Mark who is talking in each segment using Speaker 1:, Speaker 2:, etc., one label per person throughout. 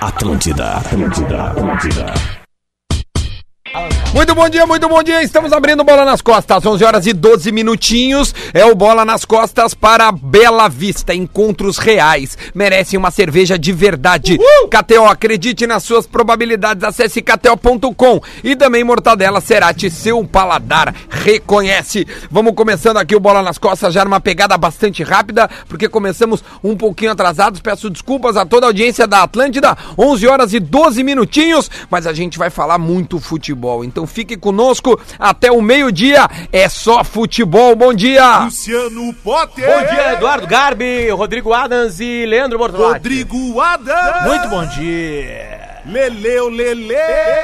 Speaker 1: Atlântida, Atlântida, Atlântida.
Speaker 2: Muito bom dia, muito bom dia. Estamos abrindo Bola nas Costas, 11 horas e 12 minutinhos. É o Bola nas Costas para Bela Vista. Encontros reais. Merecem uma cerveja de verdade. KTO, acredite nas suas probabilidades. Acesse KTO.com. E também Mortadela Cerati, seu paladar reconhece. Vamos começando aqui o Bola nas Costas, já numa pegada bastante rápida, porque começamos um pouquinho atrasados. Peço desculpas a toda a audiência da Atlântida. 11 horas e 12 minutinhos, mas a gente vai falar muito futebol. Então fique conosco até o meio-dia. É só futebol. Bom dia!
Speaker 3: Luciano Potter.
Speaker 4: Bom dia, Eduardo Garbi, Rodrigo Adams e Leandro Bortolatti.
Speaker 3: Rodrigo Adam.
Speaker 4: Muito bom dia.
Speaker 3: Leleu, Lele.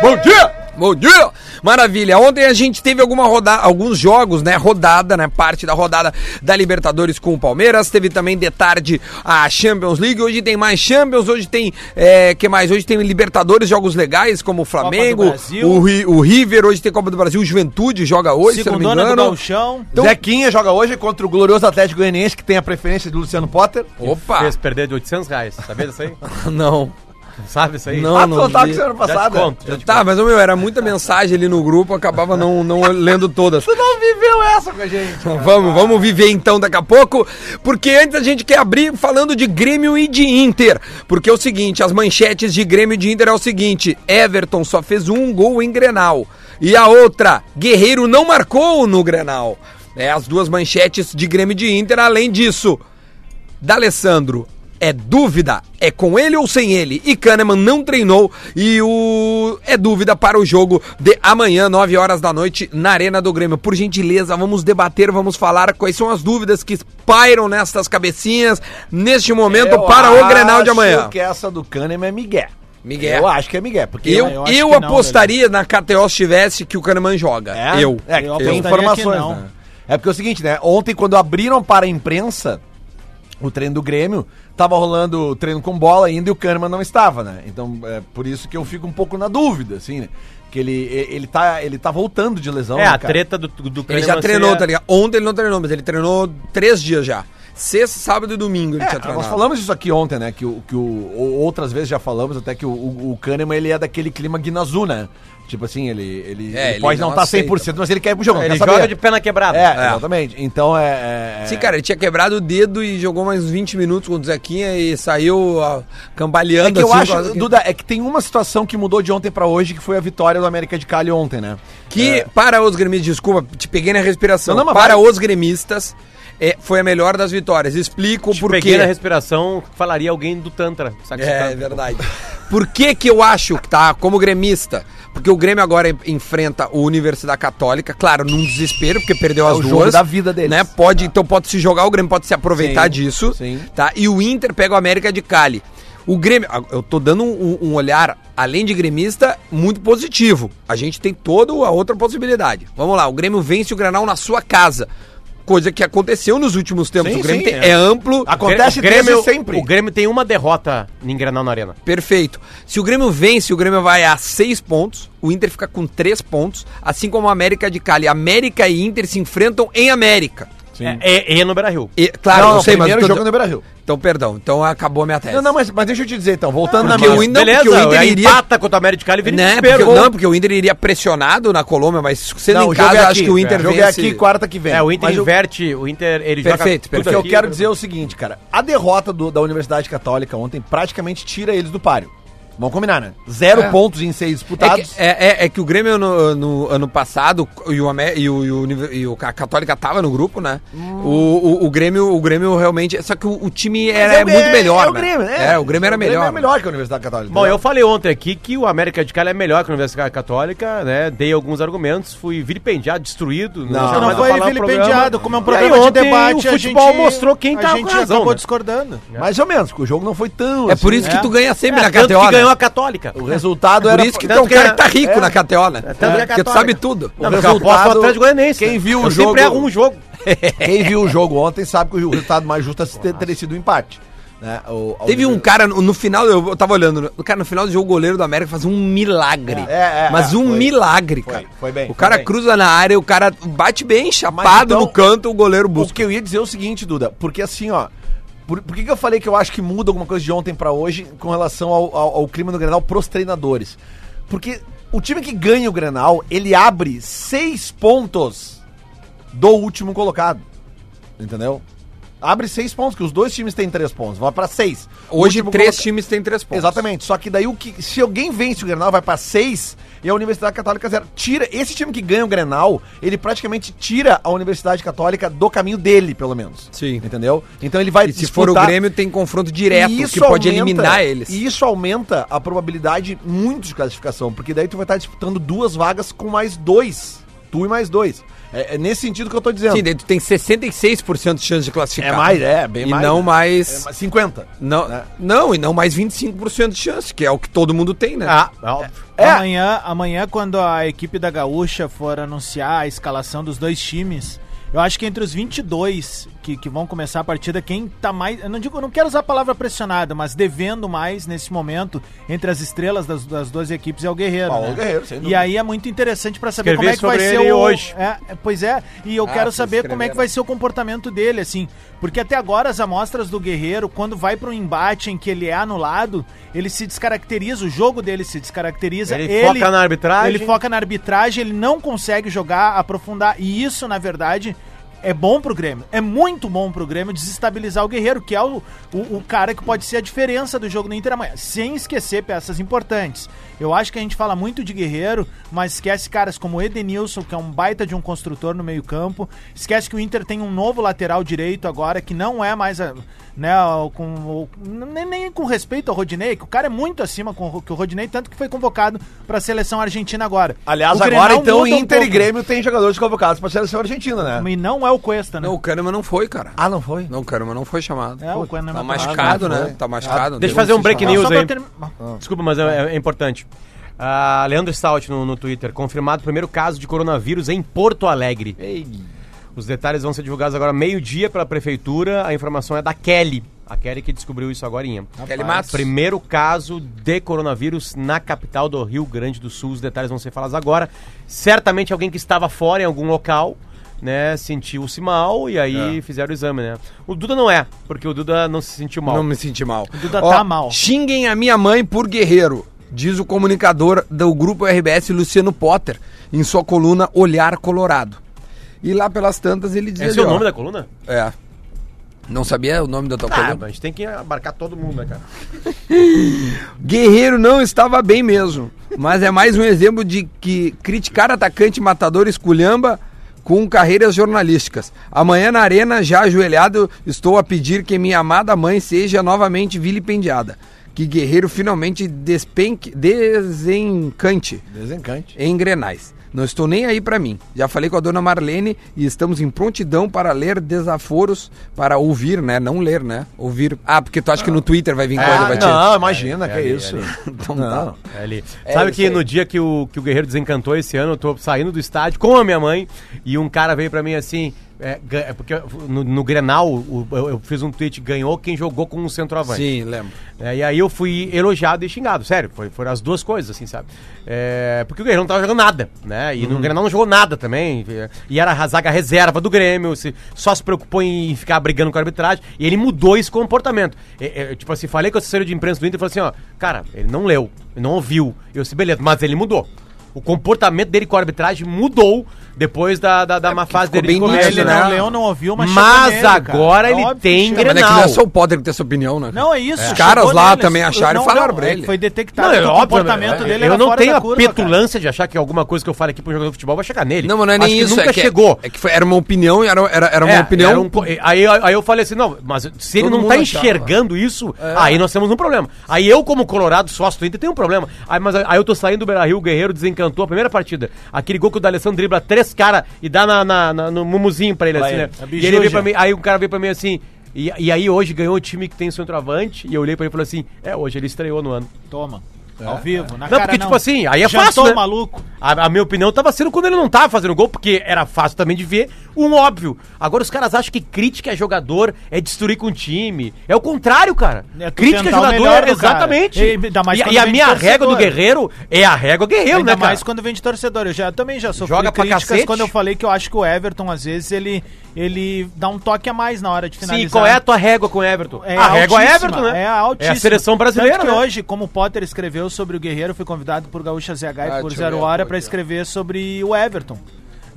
Speaker 2: Bom dia! Bom dia! Maravilha! Ontem a gente teve alguma roda... alguns jogos, né? Rodada, né? Parte da rodada da Libertadores com o Palmeiras. Teve também de tarde a Champions League. Hoje tem mais Champions, hoje tem. É... que mais? Hoje tem Libertadores, jogos legais, como o Flamengo,
Speaker 4: Brasil.
Speaker 2: o, Ri- o River, hoje tem Copa do Brasil, o Juventude joga hoje, se eu não me
Speaker 4: Segundona do
Speaker 2: engano.
Speaker 4: Galchão.
Speaker 2: Então-
Speaker 5: Zequinha joga hoje contra o glorioso Atlético Goianiense, que tem a preferência do Luciano Potter.
Speaker 2: Opa!
Speaker 4: Fez perder de 800 reais. Sabia disso aí?
Speaker 2: Não.
Speaker 4: Sabe isso aí?
Speaker 2: Não,
Speaker 5: Ah, tu
Speaker 2: não
Speaker 5: não tava
Speaker 2: vi.
Speaker 5: com semana
Speaker 4: Já te
Speaker 5: passada.
Speaker 4: conto, já te
Speaker 2: Tá, mas ô, meu, era muita mensagem ali no grupo, eu acabava não, não lendo todas.
Speaker 5: Tu não viveu essa com a gente.
Speaker 2: Então Vamos, vamos viver então daqui a pouco, porque antes a gente quer abrir falando de Grêmio e de Inter. Porque é o seguinte, as manchetes de Grêmio e de Inter é o seguinte: Everton só fez um gol em Grenal. E a outra, Guerreiro não marcou no Grenal. É as duas manchetes de Grêmio e de Inter, além disso. D'Alessandro é dúvida, é com ele ou sem ele? E Kahneman não treinou e o é dúvida para o jogo de amanhã, 9 horas da noite, na Arena do Grêmio. Por gentileza, vamos debater, vamos falar quais são as dúvidas que pairam nestas cabecinhas neste momento
Speaker 5: Eu
Speaker 2: para o
Speaker 5: acho
Speaker 2: Grenal de amanhã.
Speaker 5: que essa do Kahneman é Miguel.
Speaker 2: Miguel.
Speaker 5: Eu acho que é Miguel, porque
Speaker 2: Eu, eu,
Speaker 5: eu,
Speaker 4: acho que não,
Speaker 2: apostaria na KTO se tivesse que o Kahneman joga.
Speaker 5: é,
Speaker 2: Eu.
Speaker 5: é,
Speaker 4: Eu
Speaker 5: tem
Speaker 4: apostaria que
Speaker 5: informações,
Speaker 4: não.
Speaker 5: né? É porque é o seguinte, né? Ontem quando abriram para a imprensa o treino do Grêmio, tava rolando o treino com bola ainda e o Kahneman não estava, né? Então é por isso que eu fico um pouco na dúvida, assim, né? Que ele e- ele tá ele tá voltando de lesão,
Speaker 4: É,
Speaker 5: né,
Speaker 4: a
Speaker 5: cara?
Speaker 4: treta do, do
Speaker 2: Ele
Speaker 4: Kahneman
Speaker 2: já treinou,
Speaker 4: seria-
Speaker 2: tá ligado? Ontem ele não treinou, mas ele treinou três dias já. Sexta, sábado e domingo ele
Speaker 5: É,
Speaker 2: tinha treinado.
Speaker 5: nós falamos isso aqui ontem, né? Que, o, que o, ou- outras vezes já falamos até que o, o, o Kahneman ele é daquele clima Guinazu, né? Tipo assim, ele, ele,
Speaker 2: É,
Speaker 5: ele
Speaker 2: ele
Speaker 5: pode não tá
Speaker 2: não
Speaker 5: estar
Speaker 2: aceita.
Speaker 5: 100%, mas ele quer ir pro jogo.
Speaker 4: Ele
Speaker 5: quer
Speaker 4: joga
Speaker 5: saber.
Speaker 4: de pena quebrada.
Speaker 5: É, exatamente. Então é. é-
Speaker 2: Sim, cara, ele tinha quebrado o dedo e jogou mais uns 20 minutos com o Zequinha e saiu ó,
Speaker 5: É
Speaker 2: cambaleando
Speaker 5: que eu
Speaker 2: assim,
Speaker 5: acho,
Speaker 2: quase que-
Speaker 5: Duda, é que tem uma situação que mudou de ontem pra hoje, que foi a vitória do América de Cali ontem, né?
Speaker 2: Que, para os gremistas, desculpa, te peguei na respiração.
Speaker 5: Não, não, mas
Speaker 2: para
Speaker 5: vai.
Speaker 2: os gremistas, é, foi a melhor das vitórias. Explico
Speaker 4: Te
Speaker 2: por
Speaker 4: peguei
Speaker 2: quê.
Speaker 4: na respiração, falaria alguém do Tantra. saco de
Speaker 2: É, é
Speaker 4: tantra.
Speaker 2: verdade. Por que que eu acho que tá como gremista? Porque o Grêmio agora en- enfrenta o Universidade Católica, claro, num desespero, porque perdeu as
Speaker 5: É o
Speaker 2: duas.
Speaker 5: jogo da vida deles.
Speaker 2: Né? Pode, então pode se jogar, o Grêmio pode se aproveitar
Speaker 5: Sim,
Speaker 2: disso,
Speaker 5: sim.
Speaker 2: tá? E o Inter pega o América de Cali. O Grêmio, ah, eu tô dando um, um olhar, além de gremista, muito positivo. A gente tem toda a outra possibilidade. Vamos lá, o Grêmio vence o Granal na sua casa. Coisa que aconteceu nos últimos tempos.
Speaker 5: Sim,
Speaker 2: o Grêmio
Speaker 5: sim,
Speaker 2: tem-
Speaker 5: é.
Speaker 2: é amplo.
Speaker 5: Acontece
Speaker 4: o Grêmio,
Speaker 5: desde sempre.
Speaker 4: O Grêmio tem uma derrota em Granal na Arena.
Speaker 2: Perfeito. Se o Grêmio vence, o Grêmio vai a seis pontos, o Inter fica com três pontos, assim como a América de Cali. América e Inter se enfrentam em América.
Speaker 4: É, é, é no Beira-Rio.
Speaker 2: E, claro,
Speaker 5: não,
Speaker 2: eu sei, mas.
Speaker 5: primeiro
Speaker 2: eu tô-
Speaker 5: jogo é no Brasil.
Speaker 2: Então, perdão, então acabou a minha tese.
Speaker 5: Não, não, mas, mas deixa eu te dizer então, voltando
Speaker 2: Porque
Speaker 5: na
Speaker 2: o
Speaker 5: minha.
Speaker 2: Inter- não, porque o Inter
Speaker 4: aí
Speaker 2: iria-
Speaker 4: empata contra o América de Cali e vira
Speaker 2: Né?
Speaker 4: desespero.
Speaker 2: Porque, não, porque o Inter iria pressionado na Colômbia, mas sendo
Speaker 5: Não,
Speaker 2: em
Speaker 5: o
Speaker 2: casa,
Speaker 5: jogo é aqui,
Speaker 2: acho que o Inter
Speaker 5: O jogo é
Speaker 2: vence-
Speaker 5: aqui, quarta que vem.
Speaker 4: É, o Inter
Speaker 5: Mas eu-
Speaker 4: inverte, o Inter
Speaker 2: Perfeito,
Speaker 4: ele joga tudo
Speaker 2: perfeito.
Speaker 5: Porque eu
Speaker 4: aqui,
Speaker 5: quero
Speaker 4: né?
Speaker 5: dizer é o seguinte, cara. A derrota do- da Universidade Católica ontem praticamente tira eles do páreo. Vamos combinar, né? Zero
Speaker 2: É.
Speaker 5: pontos em seis
Speaker 2: É
Speaker 5: disputados.
Speaker 2: que, é- é- é que o Grêmio no, no ano passado e o, Amé- e o- e o Univer- e o- a Católica tava no grupo, né? O, o- o Grêmio, o Grêmio realmente. Só que o, o time era
Speaker 5: Mas é o-
Speaker 2: muito
Speaker 5: é-
Speaker 2: melhor.
Speaker 5: É o
Speaker 2: né?
Speaker 5: Grêmio,
Speaker 2: é. o Grêmio era melhor.
Speaker 5: é melhor que a Universidade Católica.
Speaker 4: Bom,
Speaker 5: entendeu?
Speaker 4: eu falei ontem aqui que o América de Cali é melhor que a Universidade Católica, né? Dei alguns argumentos, fui vilipendiado, destruído. né?
Speaker 5: Não,
Speaker 4: tinha
Speaker 5: não
Speaker 4: mais o
Speaker 6: foi
Speaker 4: que falar no programa.
Speaker 6: vilipendiado, como é um
Speaker 4: E
Speaker 6: programa
Speaker 4: aí,
Speaker 6: de
Speaker 4: ontem
Speaker 6: debate,
Speaker 4: o futebol mostrou quem
Speaker 6: a
Speaker 4: tá com
Speaker 6: gente
Speaker 4: razão,
Speaker 6: acabou
Speaker 4: né?
Speaker 6: discordando.
Speaker 5: Mais ou menos, porque o jogo não foi tão. assim, né?
Speaker 2: É por isso que
Speaker 4: É.
Speaker 2: tu ganha sempre na
Speaker 4: É, tanto
Speaker 2: KTO.
Speaker 4: que
Speaker 2: né?
Speaker 4: ganhou a Católica.
Speaker 5: O resultado
Speaker 2: Por
Speaker 5: era.
Speaker 2: isso que tu é
Speaker 4: Tanto
Speaker 2: um cara
Speaker 4: que-
Speaker 2: que tá rico na KTO, né?
Speaker 4: tanto que é
Speaker 2: Porque tu
Speaker 4: católica.
Speaker 2: sabe tudo.
Speaker 4: Não, mas eu
Speaker 5: resultado-
Speaker 4: aposto no Atlético Goianiense. né?
Speaker 5: Quem viu o
Speaker 4: Eu
Speaker 5: jogo-
Speaker 4: Sempre erro um jogo.
Speaker 5: Quem viu o jogo ontem sabe que o resultado mais justo é ter- teria sido o empate. né? O- a
Speaker 2: Teve um
Speaker 5: Universidade-
Speaker 2: cara, no no final, eu eu tava olhando, o cara no final do jogo, o goleiro do América faz um milagre.
Speaker 5: É, é,
Speaker 2: Mas
Speaker 5: é,
Speaker 2: um
Speaker 5: foi.
Speaker 2: milagre,
Speaker 5: Foi,
Speaker 2: cara.
Speaker 5: foi bem,
Speaker 2: O
Speaker 5: foi
Speaker 2: cara
Speaker 5: bem.
Speaker 2: cruza na área, o cara bate bem, chapado
Speaker 5: então-
Speaker 2: no canto, o goleiro
Speaker 5: O
Speaker 2: busca.
Speaker 5: que eu ia dizer é o seguinte, Duda, porque assim, ó. Por, por que, que eu falei que eu acho que muda alguma coisa de ontem pra hoje com relação ao, ao, ao clima do Grenal pros treinadores? Porque o time que ganha o Grenal, ele abre seis pontos do último colocado. Entendeu? Abre seis pontos, que os dois times têm três pontos. Vai pra seis. O
Speaker 2: Hoje,
Speaker 5: último
Speaker 2: três
Speaker 5: coloca-
Speaker 2: times têm três pontos.
Speaker 5: Exatamente. Só que daí o que. Se alguém vence o Grenal, vai pra seis e a Universidade Católica zero. Tira. Esse time que ganha o Grenal, ele praticamente tira a Universidade Católica do caminho dele, pelo menos.
Speaker 2: Sim.
Speaker 5: Entendeu? Então ele vai.
Speaker 2: E se for o Grêmio, tem confronto direto,
Speaker 5: e isso
Speaker 2: que pode
Speaker 5: aumenta-
Speaker 2: eliminar eles.
Speaker 5: E isso aumenta a probabilidade muito de classificação, porque daí tu vai estar disputando duas vagas com mais dois. Tu e mais dois. É, é nesse sentido que eu tô dizendo.
Speaker 2: Sim, daí tu tem 66% de chance de classificar.
Speaker 5: é mais, é, bem
Speaker 2: e
Speaker 5: mais.
Speaker 2: não
Speaker 5: né? É
Speaker 2: mais.
Speaker 5: mais 50.
Speaker 2: Não,
Speaker 5: né?
Speaker 2: não, e não mais 25% de chance, que é o que todo mundo tem, né?
Speaker 5: Ah,
Speaker 4: Óbvio.
Speaker 5: É.
Speaker 6: Amanhã, amanhã, quando a equipe da Gaúcha for anunciar a escalação dos dois times, eu acho que entre os 22 que, que vão começar a partida, quem tá mais. Eu não digo, eu não quero usar a palavra pressionado, mas devendo mais nesse momento entre as estrelas das, das duas equipes é o Guerreiro.
Speaker 5: Paulo
Speaker 6: né?
Speaker 5: Guerreiro, sem
Speaker 6: e
Speaker 5: dúvida.
Speaker 6: aí é muito interessante pra saber
Speaker 4: Escrevi
Speaker 6: como é que vai
Speaker 4: sobre
Speaker 6: ser
Speaker 4: ele
Speaker 6: o.
Speaker 4: hoje.
Speaker 6: É, pois é, e
Speaker 5: Ah,
Speaker 6: eu quero
Speaker 2: vocês
Speaker 6: saber como é
Speaker 2: escreveram.
Speaker 6: que vai ser o comportamento dele, assim. Porque até agora as amostras do Guerreiro, quando vai para um embate em que ele é anulado, ele se descaracteriza, o jogo dele se descaracteriza.
Speaker 4: Ele foca na arbitragem.
Speaker 6: Ele foca na arbitragem, ele não consegue jogar, aprofundar. E isso, na verdade. É bom pro Grêmio, é muito bom pro Grêmio desestabilizar o Guerreiro, que é o, o, o cara que pode ser a diferença do jogo no Inter amanhã, sem esquecer peças importantes. Eu acho que a gente fala muito de Guerreiro, mas esquece caras como o Edenilson, que é um baita de um construtor no meio-campo, esquece que o Inter tem um novo lateral direito agora, que não é mais a- né, o- com, o- nem, nem com respeito ao Rodinei, que o cara é muito acima com, o Ro- que o Rodinei, tanto que foi convocado para a seleção argentina agora.
Speaker 5: Aliás,
Speaker 6: O
Speaker 5: agora
Speaker 6: Grenal
Speaker 5: então
Speaker 6: muda um
Speaker 5: Inter e
Speaker 6: pouco.
Speaker 5: Grêmio tem jogadores convocados pra seleção argentina, né?
Speaker 6: E não é o Cuesta, né?
Speaker 2: Não, o Kahneman não foi, cara.
Speaker 5: Ah, não foi?
Speaker 2: Não, o Kahneman não foi chamado.
Speaker 6: É, o Kahneman
Speaker 2: tá
Speaker 6: tá
Speaker 2: machucado,
Speaker 5: machucado,
Speaker 2: né?
Speaker 5: né?
Speaker 2: Tá machucado.
Speaker 4: Deixa
Speaker 2: deu-
Speaker 4: eu fazer um break
Speaker 6: Não,
Speaker 4: news
Speaker 6: Ah, só pra Ah,
Speaker 4: aí.
Speaker 6: termi-
Speaker 4: Desculpa, mas é, é importante. Ah, Leandro Stout no, no Twitter. Confirmado o primeiro caso de coronavírus em Porto Alegre. Os detalhes vão ser divulgados agora meio-dia pela prefeitura. A informação é da Kelly. A Kelly que descobriu isso agora.
Speaker 5: Tá um-
Speaker 2: Kelly Matos.
Speaker 4: Primeiro caso de coronavírus na capital do Rio Grande do Sul. Os detalhes vão ser falados agora. Certamente alguém que estava fora em algum local, né, sentiu-se mal e aí fizeram o exame, né? O Duda não é, porque o Duda não se sentiu mal.
Speaker 2: Não me senti mal.
Speaker 6: Duda tá mal.
Speaker 2: Xinguem a minha mãe por guerreiro, diz o comunicador do grupo RBS, Luciano Potter, em sua coluna Olhar Colorado. E lá pelas tantas ele diz.
Speaker 4: Esse é o nome da coluna?
Speaker 2: É. Não sabia o nome da tua
Speaker 4: Ah,
Speaker 2: coluna?
Speaker 4: mas a gente tem que abarcar todo mundo, né, cara?
Speaker 2: Guerreiro não estava bem mesmo, mas é mais um exemplo de que criticar atacante matador esculhamba com carreiras jornalísticas. Amanhã na arena, já ajoelhado, estou a pedir que minha amada mãe seja novamente vilipendiada. Que Guerreiro finalmente despenque, desencante
Speaker 5: Desencante.
Speaker 2: em Grenais. Não estou nem aí pra mim. Já falei com a dona Marlene e estamos em prontidão para ler desaforos, para ouvir, né? Não ler, né? Ouvir. Ah, porque tu acha que no Twitter vai vir coisa, É,
Speaker 5: Ah,
Speaker 2: Batista?
Speaker 5: não, imagina, que é
Speaker 4: ali,
Speaker 5: isso.
Speaker 4: ali.
Speaker 2: Então
Speaker 5: Não.
Speaker 2: tá.
Speaker 4: É ali.
Speaker 2: É
Speaker 4: Sabe
Speaker 2: isso
Speaker 4: que
Speaker 2: aí.
Speaker 4: no dia que o, que o Guerreiro desencantou esse ano, eu tô saindo do estádio com a minha mãe e um cara veio pra mim assim. é, ga- é porque eu- no, no Grenal o- eu, eu fiz um tweet, ganhou quem jogou com um centroavante.
Speaker 2: Sim, lembro.
Speaker 4: É, e aí eu fui elogiado e xingado, sério, foi, foram as duas coisas, assim, sabe? É, porque o Guerreiro não tava jogando nada, né? E
Speaker 2: Uhum.
Speaker 4: no Grenal não jogou nada também. e- E era a zaga reserva do Grêmio, se, só se preocupou em ficar brigando com a arbitragem. E ele mudou esse comportamento. É, é, tipo assim, falei com o assessor de imprensa do Inter e falei assim, ó, cara, ele não leu, ele não ouviu. Eu disse, beleza, mas ele mudou. O comportamento dele com a arbitragem mudou depois da, da, da má fase
Speaker 2: É ficou
Speaker 4: dele de
Speaker 2: bem
Speaker 4: começo,
Speaker 2: nítido,
Speaker 6: Ele
Speaker 2: né?
Speaker 6: não leu, não ouviu, mas
Speaker 4: Mas
Speaker 6: chegou nele, cara.
Speaker 4: agora
Speaker 6: É
Speaker 4: ele
Speaker 6: óbvio que
Speaker 4: tem
Speaker 2: Não,
Speaker 6: chegou.
Speaker 2: mas é que não é
Speaker 4: Grenal.
Speaker 2: só o Potter que tem essa opinião, né?
Speaker 6: Não, é isso.
Speaker 2: Os
Speaker 6: chegou
Speaker 2: caras lá
Speaker 6: neles.
Speaker 2: também acharam e
Speaker 6: Não,
Speaker 2: falaram
Speaker 6: não,
Speaker 2: pra ele.
Speaker 6: Foi
Speaker 4: Não,
Speaker 6: detectado
Speaker 4: é
Speaker 6: tá que
Speaker 4: óbvio,
Speaker 6: o comportamento
Speaker 4: né?
Speaker 6: dele
Speaker 4: Eu
Speaker 6: era
Speaker 4: não
Speaker 6: fora
Speaker 4: tenho
Speaker 6: da
Speaker 4: a
Speaker 6: curva, cara.
Speaker 4: petulância de achar que alguma coisa que eu falo aqui pro jogador de futebol vai chegar nele.
Speaker 2: Não, mas não é
Speaker 4: Acho
Speaker 2: nem
Speaker 4: que
Speaker 2: isso.
Speaker 4: nunca
Speaker 2: é que,
Speaker 4: chegou.
Speaker 2: É que foi- era uma opinião, era, era, era uma
Speaker 4: É,
Speaker 2: opinião.
Speaker 4: era um co- aí, aí eu falei assim, não, mas se ele
Speaker 2: Todo
Speaker 4: não tá
Speaker 2: mundo achava. É.
Speaker 4: enxergando isso, aí nós temos um problema. Aí eu, como Colorado, sócio do Inter, tenho um problema. Aí, mas aí eu tô saindo do Beira-Rio, o Guerreiro desencantou a primeira partida. Aquele gol que o D'Alessandro dribla três caras e dá na, na- na- no mumuzinho pra ele,
Speaker 5: Pra
Speaker 4: assim,
Speaker 5: ele.
Speaker 4: né?
Speaker 6: A
Speaker 4: E ele
Speaker 6: bijuja.
Speaker 4: veio pra mim, aí o cara veio pra mim assim... E, e aí hoje ganhou o time que tem centroavante e eu olhei pra ele e falei assim, é, hoje ele estreou no ano.
Speaker 6: Toma. Ao vivo, na
Speaker 4: Não,
Speaker 6: cara
Speaker 4: porque, tipo assim, aí é
Speaker 6: Jantou
Speaker 4: fácil, né?
Speaker 6: maluco.
Speaker 4: A, a minha opinião tava sendo quando ele não tava fazendo gol, porque era fácil também de ver, um óbvio. Agora os caras acham que crítica a jogador é destruir com o time. É o contrário, cara.
Speaker 6: É tu
Speaker 4: crítica a
Speaker 6: tentar o
Speaker 4: jogador,
Speaker 6: melhor do cara.
Speaker 4: exatamente.
Speaker 6: E ainda mais
Speaker 4: E-
Speaker 6: quando
Speaker 4: e a
Speaker 6: vem
Speaker 4: minha
Speaker 6: de torcedor.
Speaker 4: régua do guerreiro é a régua guerreiro,
Speaker 6: Ainda
Speaker 4: né, cara?
Speaker 6: mais quando vem de torcedor. Eu já eu também já sofri
Speaker 4: Joga pra
Speaker 6: críticas
Speaker 4: cacete.
Speaker 6: quando eu falei que eu acho que o Everton, às vezes, ele, ele dá um toque a mais na hora de finalizar.
Speaker 4: Sim, qual é a tua régua com o Everton?
Speaker 6: É
Speaker 4: a régua é
Speaker 6: altíssima,
Speaker 4: Everton, né?
Speaker 6: É altíssima.
Speaker 4: É a seleção brasileira,
Speaker 6: Tanto que
Speaker 4: né?
Speaker 6: hoje, como o Potter escreveu sobre o Guerreiro, fui convidado por Gaúcha ZH e por
Speaker 5: Ah, deixa eu
Speaker 6: Zero
Speaker 5: ver a
Speaker 6: Hora
Speaker 5: tua
Speaker 6: para
Speaker 5: aqui, ó.
Speaker 6: escrever sobre o Everton.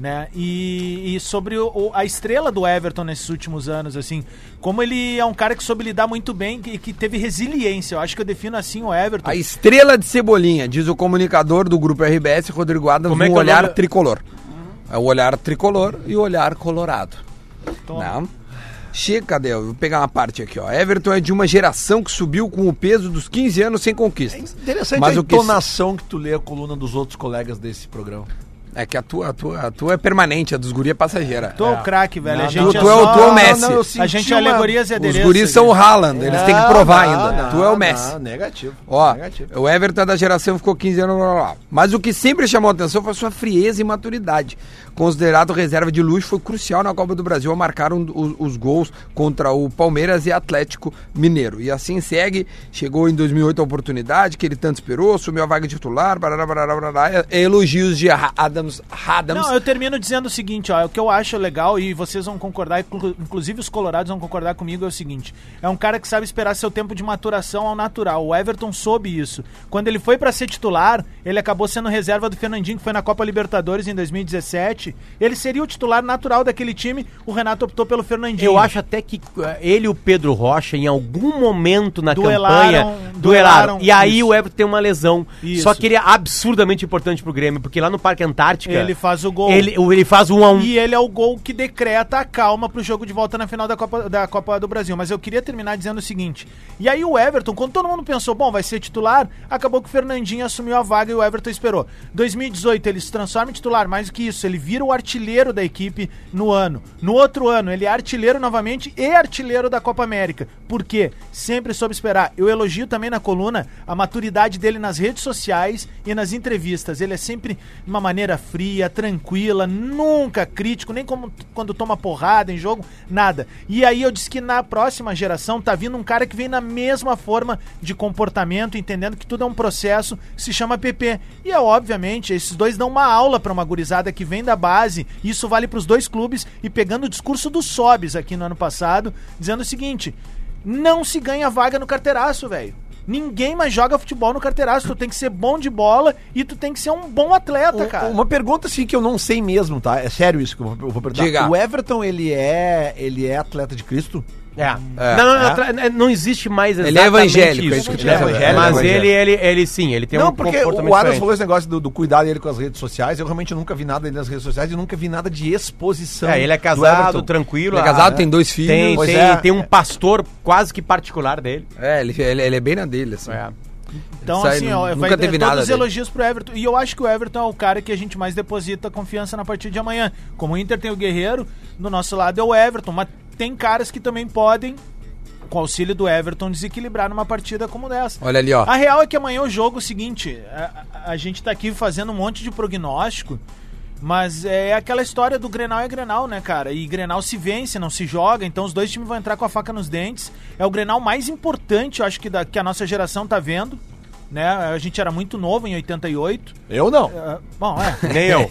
Speaker 6: Né? E, e sobre o- o- a estrela do Everton nesses últimos anos, assim, como ele é um cara que soube lidar muito bem e que, que teve resiliência. Eu acho que eu defino assim o Everton.
Speaker 2: A estrela de Cebolinha, diz o comunicador do grupo RBS, Rodrigo Adams,
Speaker 4: Como é
Speaker 2: um
Speaker 4: que é o
Speaker 2: olhar
Speaker 4: nome?
Speaker 2: tricolor. É o olhar tricolor e o olhar colorado.
Speaker 6: Toma.
Speaker 2: Não. Chega, cadê? Eu vou pegar uma parte aqui, ó. Everton é de uma geração que subiu com o peso dos 15 anos sem conquistas.
Speaker 5: É
Speaker 4: É
Speaker 5: Interessante
Speaker 2: Mas
Speaker 5: a
Speaker 2: o que-
Speaker 5: entonação que tu lê a coluna dos outros colegas desse programa.
Speaker 2: É que a tua, a tua, a tua é permanente, a dos guri é passageira.
Speaker 6: Tu é o craque, velho. a
Speaker 5: Não,
Speaker 6: gente
Speaker 2: tu-
Speaker 6: é
Speaker 2: tu é o-
Speaker 6: só-
Speaker 2: tu é o Messi.
Speaker 5: Ah, eu
Speaker 2: A
Speaker 6: A
Speaker 5: senti
Speaker 6: gente é
Speaker 5: uma-
Speaker 6: adereço.
Speaker 2: Os guris
Speaker 6: né?
Speaker 2: são o Haaland, eles têm que provar
Speaker 5: Ah, Não,
Speaker 2: ainda.
Speaker 5: não,
Speaker 2: tu é o
Speaker 5: não,
Speaker 2: Messi.
Speaker 5: negativo.
Speaker 2: Ó,
Speaker 5: negativo.
Speaker 2: o Everton é da geração ficou 15 anos, blá, blá, blá. mas o que sempre chamou a atenção foi sua frieza e maturidade. Considerado reserva de luxo, foi crucial na Copa do Brasil ao marcar um- os, os gols contra o Palmeiras e Atlético Mineiro. E assim segue, chegou em 2008 a oportunidade que ele tanto esperou, assumiu a vaga de titular, barará, barará, barará, E- elogios de Ha- Adams, Adams.
Speaker 6: Não, eu termino dizendo o seguinte, ó, o que eu acho legal e vocês vão concordar, inclu- inclusive os colorados vão concordar comigo, é o seguinte, é um cara que sabe esperar seu tempo de maturação ao natural, o Everton soube isso. Quando ele foi pra ser titular, ele acabou sendo reserva do Fernandinho, que foi na Copa Libertadores em 2017, ele seria o titular natural daquele time, o Renato optou pelo Fernandinho.
Speaker 4: Eu acho até que eh, ele e o Pedro Rocha, em algum momento na
Speaker 6: Duelaram,
Speaker 4: campanha, duelaram.
Speaker 6: duelaram,
Speaker 4: E aí
Speaker 6: isso.
Speaker 4: o Everton tem uma lesão.
Speaker 6: Isso.
Speaker 4: Só que ele é absurdamente importante pro Grêmio, porque lá no Parque Antártica.
Speaker 6: Ele faz o gol.
Speaker 4: Ele, o- ele faz um a um.
Speaker 6: E ele é o gol que decreta a calma pro jogo de volta na final da Copa, da Copa do Brasil. Mas eu queria terminar dizendo o seguinte. E aí o Everton, quando todo mundo pensou, bom, vai ser titular, acabou que o Fernandinho assumiu a vaga e o Everton esperou. 2018 ele se transforma em titular, mais do que isso, ele vira o artilheiro da equipe no ano. No outro ano ele é artilheiro novamente e artilheiro da Copa América. Por quê? Sempre soube esperar. Eu elogio também na coluna a maturidade dele nas redes sociais e nas entrevistas. Ele é sempre de uma maneira fria, tranquila, nunca crítico, nem como t- quando toma porrada em jogo, nada. E aí eu disse que na próxima geração tá vindo um cara que vem na mesma forma de comportamento, entendendo que tudo é um processo, se chama PP. E é obviamente, esses dois dão uma aula pra uma gurizada que vem da base, isso vale pros dois clubes e pegando o discurso do Sobis aqui no ano passado, dizendo o seguinte: não se ganha vaga no carteiraço, velho. Ninguém mais joga futebol no carteiraço. Tu tem que ser bom de bola e tu tem que ser um bom atleta,
Speaker 5: Um-
Speaker 6: cara.
Speaker 5: Uma pergunta assim que eu não sei mesmo, tá? É sério isso que eu vou, eu vou perguntar.
Speaker 2: Diga.
Speaker 5: O Everton, ele é, ele é atleta de Cristo?
Speaker 4: É. Não, não, não,
Speaker 5: É.
Speaker 4: atra- não existe mais
Speaker 2: Ele é evangélico, é isso que eu
Speaker 5: queria saber. Ele é
Speaker 4: Mas
Speaker 5: evangélico.
Speaker 4: ele, ele, ele sim, ele tem
Speaker 5: não,
Speaker 4: um
Speaker 5: porque
Speaker 4: comportamento
Speaker 5: o Adams
Speaker 4: diferente.
Speaker 5: falou esse negócio do, do cuidado dele com as redes sociais. Eu realmente nunca vi nada dele nas redes sociais e nunca vi nada de exposição.
Speaker 4: É, ele é
Speaker 5: do
Speaker 4: casado,
Speaker 5: Everton.
Speaker 4: tranquilo.
Speaker 2: Ele é
Speaker 4: ah,
Speaker 2: casado,
Speaker 4: né?
Speaker 2: tem dois filhos.
Speaker 4: Tem,
Speaker 5: Pois
Speaker 4: tem,
Speaker 5: é.
Speaker 4: tem um pastor quase que particular dele.
Speaker 2: É, ele, ele- ele é bem na dele, assim.
Speaker 4: É.
Speaker 6: Então,
Speaker 2: Isso aí
Speaker 6: assim,
Speaker 2: nu-
Speaker 6: ó,
Speaker 2: nunca
Speaker 6: vai ter
Speaker 2: teve
Speaker 6: todos
Speaker 2: nada
Speaker 6: os
Speaker 2: dele.
Speaker 6: elogios pro Everton. E eu acho que o Everton é o cara que a gente mais deposita confiança na partida de amanhã. Como o Inter tem o Guerreiro, do nosso lado é o Everton. Mas tem caras que também podem, com o auxílio do Everton, desequilibrar numa partida como dessa.
Speaker 2: Olha ali, ó.
Speaker 6: A real é que amanhã o jogo é o seguinte: a, a- a gente tá aqui fazendo um monte de prognóstico, mas é aquela história do Grenal é Grenal, né, cara? E Grenal se vence, não se joga, então os dois times vão entrar com a faca nos dentes. É o Grenal mais importante, eu acho que, da- que a nossa geração tá vendo. Né? A gente era muito novo em 88.
Speaker 5: Eu não.
Speaker 6: É, bom, é.
Speaker 4: Nem eu.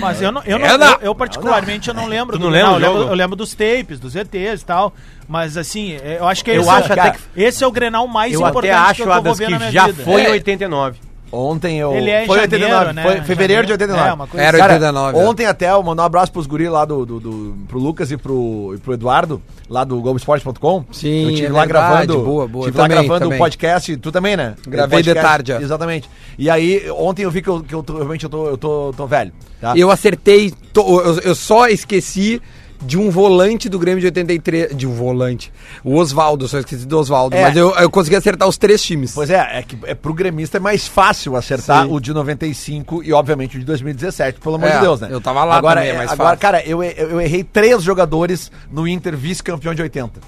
Speaker 6: Mas eu não, eu, não,
Speaker 2: É, não.
Speaker 6: eu, eu particularmente eu não lembro
Speaker 4: Tu não
Speaker 6: do
Speaker 4: lembra
Speaker 6: Grenal,
Speaker 4: o
Speaker 6: eu
Speaker 4: jogo?
Speaker 6: Eu lembro dos tapes, dos ETs e tal. Mas assim, é, eu acho que
Speaker 4: Eu
Speaker 6: esse,
Speaker 4: acho
Speaker 6: é, o-
Speaker 4: até
Speaker 6: cara, esse é o Grenal mais
Speaker 4: Eu
Speaker 6: importante
Speaker 4: até acho,
Speaker 6: eu vou
Speaker 4: Adams,
Speaker 6: ver na
Speaker 4: que
Speaker 6: minha
Speaker 4: já
Speaker 6: vida.
Speaker 4: foi em
Speaker 2: É.
Speaker 4: 89.
Speaker 5: Ontem eu.
Speaker 6: Ele é em
Speaker 5: foi
Speaker 6: janeiro,
Speaker 5: 89,
Speaker 6: né?
Speaker 5: foi em fevereiro de
Speaker 6: Janeiro.
Speaker 5: 89.
Speaker 6: É, uma coisa
Speaker 2: Era
Speaker 5: assim. Cara,
Speaker 2: 89. é.
Speaker 5: Ontem até eu mandar um abraço pros guri lá do, do, do- pro Lucas e pro, e pro Eduardo, lá do Globoesporte.com.
Speaker 2: Sim,
Speaker 5: Eu tive
Speaker 2: é
Speaker 5: lá
Speaker 2: verdade,
Speaker 5: gravando.
Speaker 2: boa, boa.
Speaker 5: Tive
Speaker 2: Também,
Speaker 5: lá gravando o
Speaker 2: também.
Speaker 5: podcast. Tu também, né?
Speaker 2: Gravei
Speaker 5: O podcast,
Speaker 2: de tarde, ó.
Speaker 5: Exatamente. E aí, ontem eu vi que eu, que eu tô- realmente eu tô, eu tô, tô velho. tá?
Speaker 2: Eu acertei, to- eu, eu só esqueci de um volante do Grêmio de 83. De um volante. O Oswaldo, só esqueci do Oswaldo.
Speaker 5: É.
Speaker 2: Mas eu, eu consegui acertar os três times.
Speaker 5: Pois é, é que é, pro gremista é mais fácil acertar
Speaker 2: Sim.
Speaker 5: o de 95 e, obviamente, o de 2017, pelo amor
Speaker 2: É,
Speaker 5: de Deus, né?
Speaker 2: eu tava lá
Speaker 5: agora,
Speaker 2: também, é mais
Speaker 5: agora,
Speaker 2: fácil.
Speaker 5: cara, eu, eu, eu errei três jogadores no Inter vice-campeão de 80.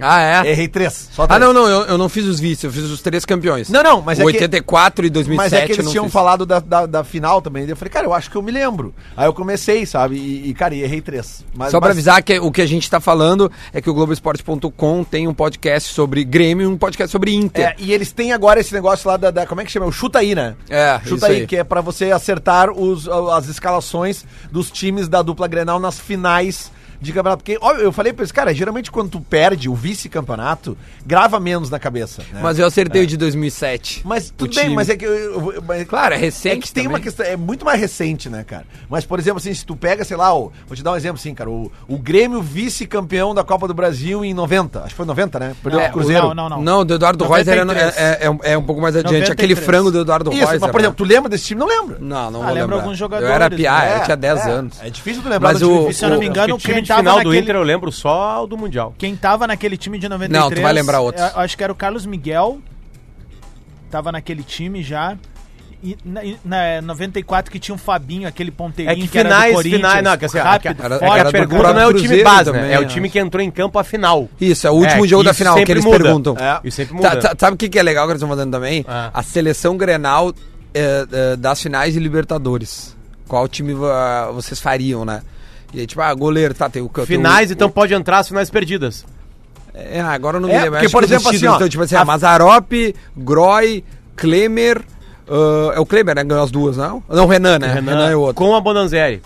Speaker 2: Ah, é?
Speaker 5: Errei três. Só
Speaker 2: Ah,
Speaker 5: três.
Speaker 2: não, não, eu, eu não fiz os vice, eu fiz os três campeões.
Speaker 5: Não, não, mas
Speaker 2: o
Speaker 5: é que-
Speaker 2: 84 e 2007
Speaker 5: Mas é que eles
Speaker 2: não
Speaker 5: tinham
Speaker 2: fiz.
Speaker 5: falado da, da, da final também. daí Eu falei, cara, eu acho que eu me lembro. Aí eu comecei, sabe? E, e, cara, e errei três. Mas,
Speaker 2: Só pra
Speaker 5: mas-
Speaker 2: avisar que o que a gente tá falando é que o Globoesporte.com tem um podcast sobre Grêmio e um podcast sobre Inter.
Speaker 5: É, e eles têm agora esse negócio lá da, da- Como é que chama? O chuta aí, né?
Speaker 2: É, isso
Speaker 5: Chuta aí,
Speaker 2: aí.
Speaker 5: que é pra você acertar os, as escalações dos times da dupla Grenal nas finais de campeonato. Porque, ó, eu falei pra eles, cara, geralmente quando tu perde o vice-campeonato, grava menos na cabeça. né?
Speaker 2: Mas eu acertei o de 2007.
Speaker 5: Mas
Speaker 2: O
Speaker 5: tudo bem,
Speaker 2: time.
Speaker 5: mas é que. eu- eu- eu- mas-
Speaker 2: Claro, é recente
Speaker 5: É que tem
Speaker 2: também.
Speaker 5: uma questão. É muito mais recente, né, cara? Mas, por exemplo, assim, se tu pega, sei lá, o- vou te dar um exemplo, assim, cara. O, o Grêmio vice-campeão da Copa do Brasil em 90. Acho que foi 90, né? Perdeu
Speaker 2: É,
Speaker 5: pro Cruzeiro.
Speaker 6: Não, não, não.
Speaker 2: Não, o do Eduardo Reuser é,
Speaker 6: 93.
Speaker 2: é- é um- é um pouco mais adiante. Aquele
Speaker 6: 93.
Speaker 2: frango do Eduardo
Speaker 5: Isso,
Speaker 2: Reuser.
Speaker 5: mas, por exemplo, tu lembra desse time? Não lembra.
Speaker 2: é Não, não
Speaker 6: Ah,
Speaker 2: vou
Speaker 6: lembra
Speaker 2: lembrar.
Speaker 6: alguns
Speaker 2: eu era
Speaker 6: jogadores,
Speaker 2: piá,
Speaker 5: né?
Speaker 2: eu tinha 10
Speaker 5: É,
Speaker 2: anos.
Speaker 5: É difícil tu lembrar
Speaker 2: Mas
Speaker 5: do time
Speaker 2: o-
Speaker 5: vice-
Speaker 6: Se eu não me
Speaker 2: o-
Speaker 6: engano,
Speaker 4: o time
Speaker 6: quem
Speaker 4: de
Speaker 6: tava
Speaker 4: final do
Speaker 6: naquele...
Speaker 4: Inter eu lembro só do Mundial.
Speaker 6: Quem tava naquele time de 93...
Speaker 2: Não, tu vai lembrar outros.
Speaker 6: eu é, acho que era o Carlos Miguel. Tava naquele time já. E na, e na 94 que tinha o Fabinho, aquele ponteirinho
Speaker 4: É que finais, finais, não, que assim, ó,
Speaker 6: rápido,
Speaker 4: que a-
Speaker 2: era-
Speaker 4: é que
Speaker 2: era
Speaker 4: a
Speaker 2: do
Speaker 4: pergunta
Speaker 2: próprio
Speaker 4: não é o time
Speaker 2: Cruzeiro
Speaker 4: base,
Speaker 2: também,
Speaker 4: né? É o
Speaker 2: eu
Speaker 4: time que entrou em campo a final.
Speaker 2: Isso, é o último
Speaker 4: É,
Speaker 2: jogo da
Speaker 4: isso
Speaker 2: final que
Speaker 4: sempre
Speaker 2: eles
Speaker 4: muda.
Speaker 2: perguntam.
Speaker 5: É.
Speaker 4: Isso sempre
Speaker 2: Tá,
Speaker 4: muda.
Speaker 2: tá- sabe o que, que é legal que eles estão fazendo também?
Speaker 4: Ah.
Speaker 2: A seleção Grenal eh, eh, das finais de Libertadores. Qual time va- vocês fariam, né? E aí, tipo, ah, goleiro, tá, tem o... tem o-
Speaker 4: Finais, então pode entrar as finais perdidas.
Speaker 2: É, agora eu não
Speaker 5: É,
Speaker 2: me lembro.
Speaker 5: porque,
Speaker 2: Acho
Speaker 5: por
Speaker 2: que dos
Speaker 5: exemplo, assim,
Speaker 2: títulos,
Speaker 5: ó,
Speaker 2: então, tipo assim,
Speaker 5: a-
Speaker 2: a... Mazarope, Groy, Klemer... ah, é o Klemer, né? Ganhou as duas, não? Não, Renan, né? Renan, é o outro.
Speaker 4: Com a Bonanzeri.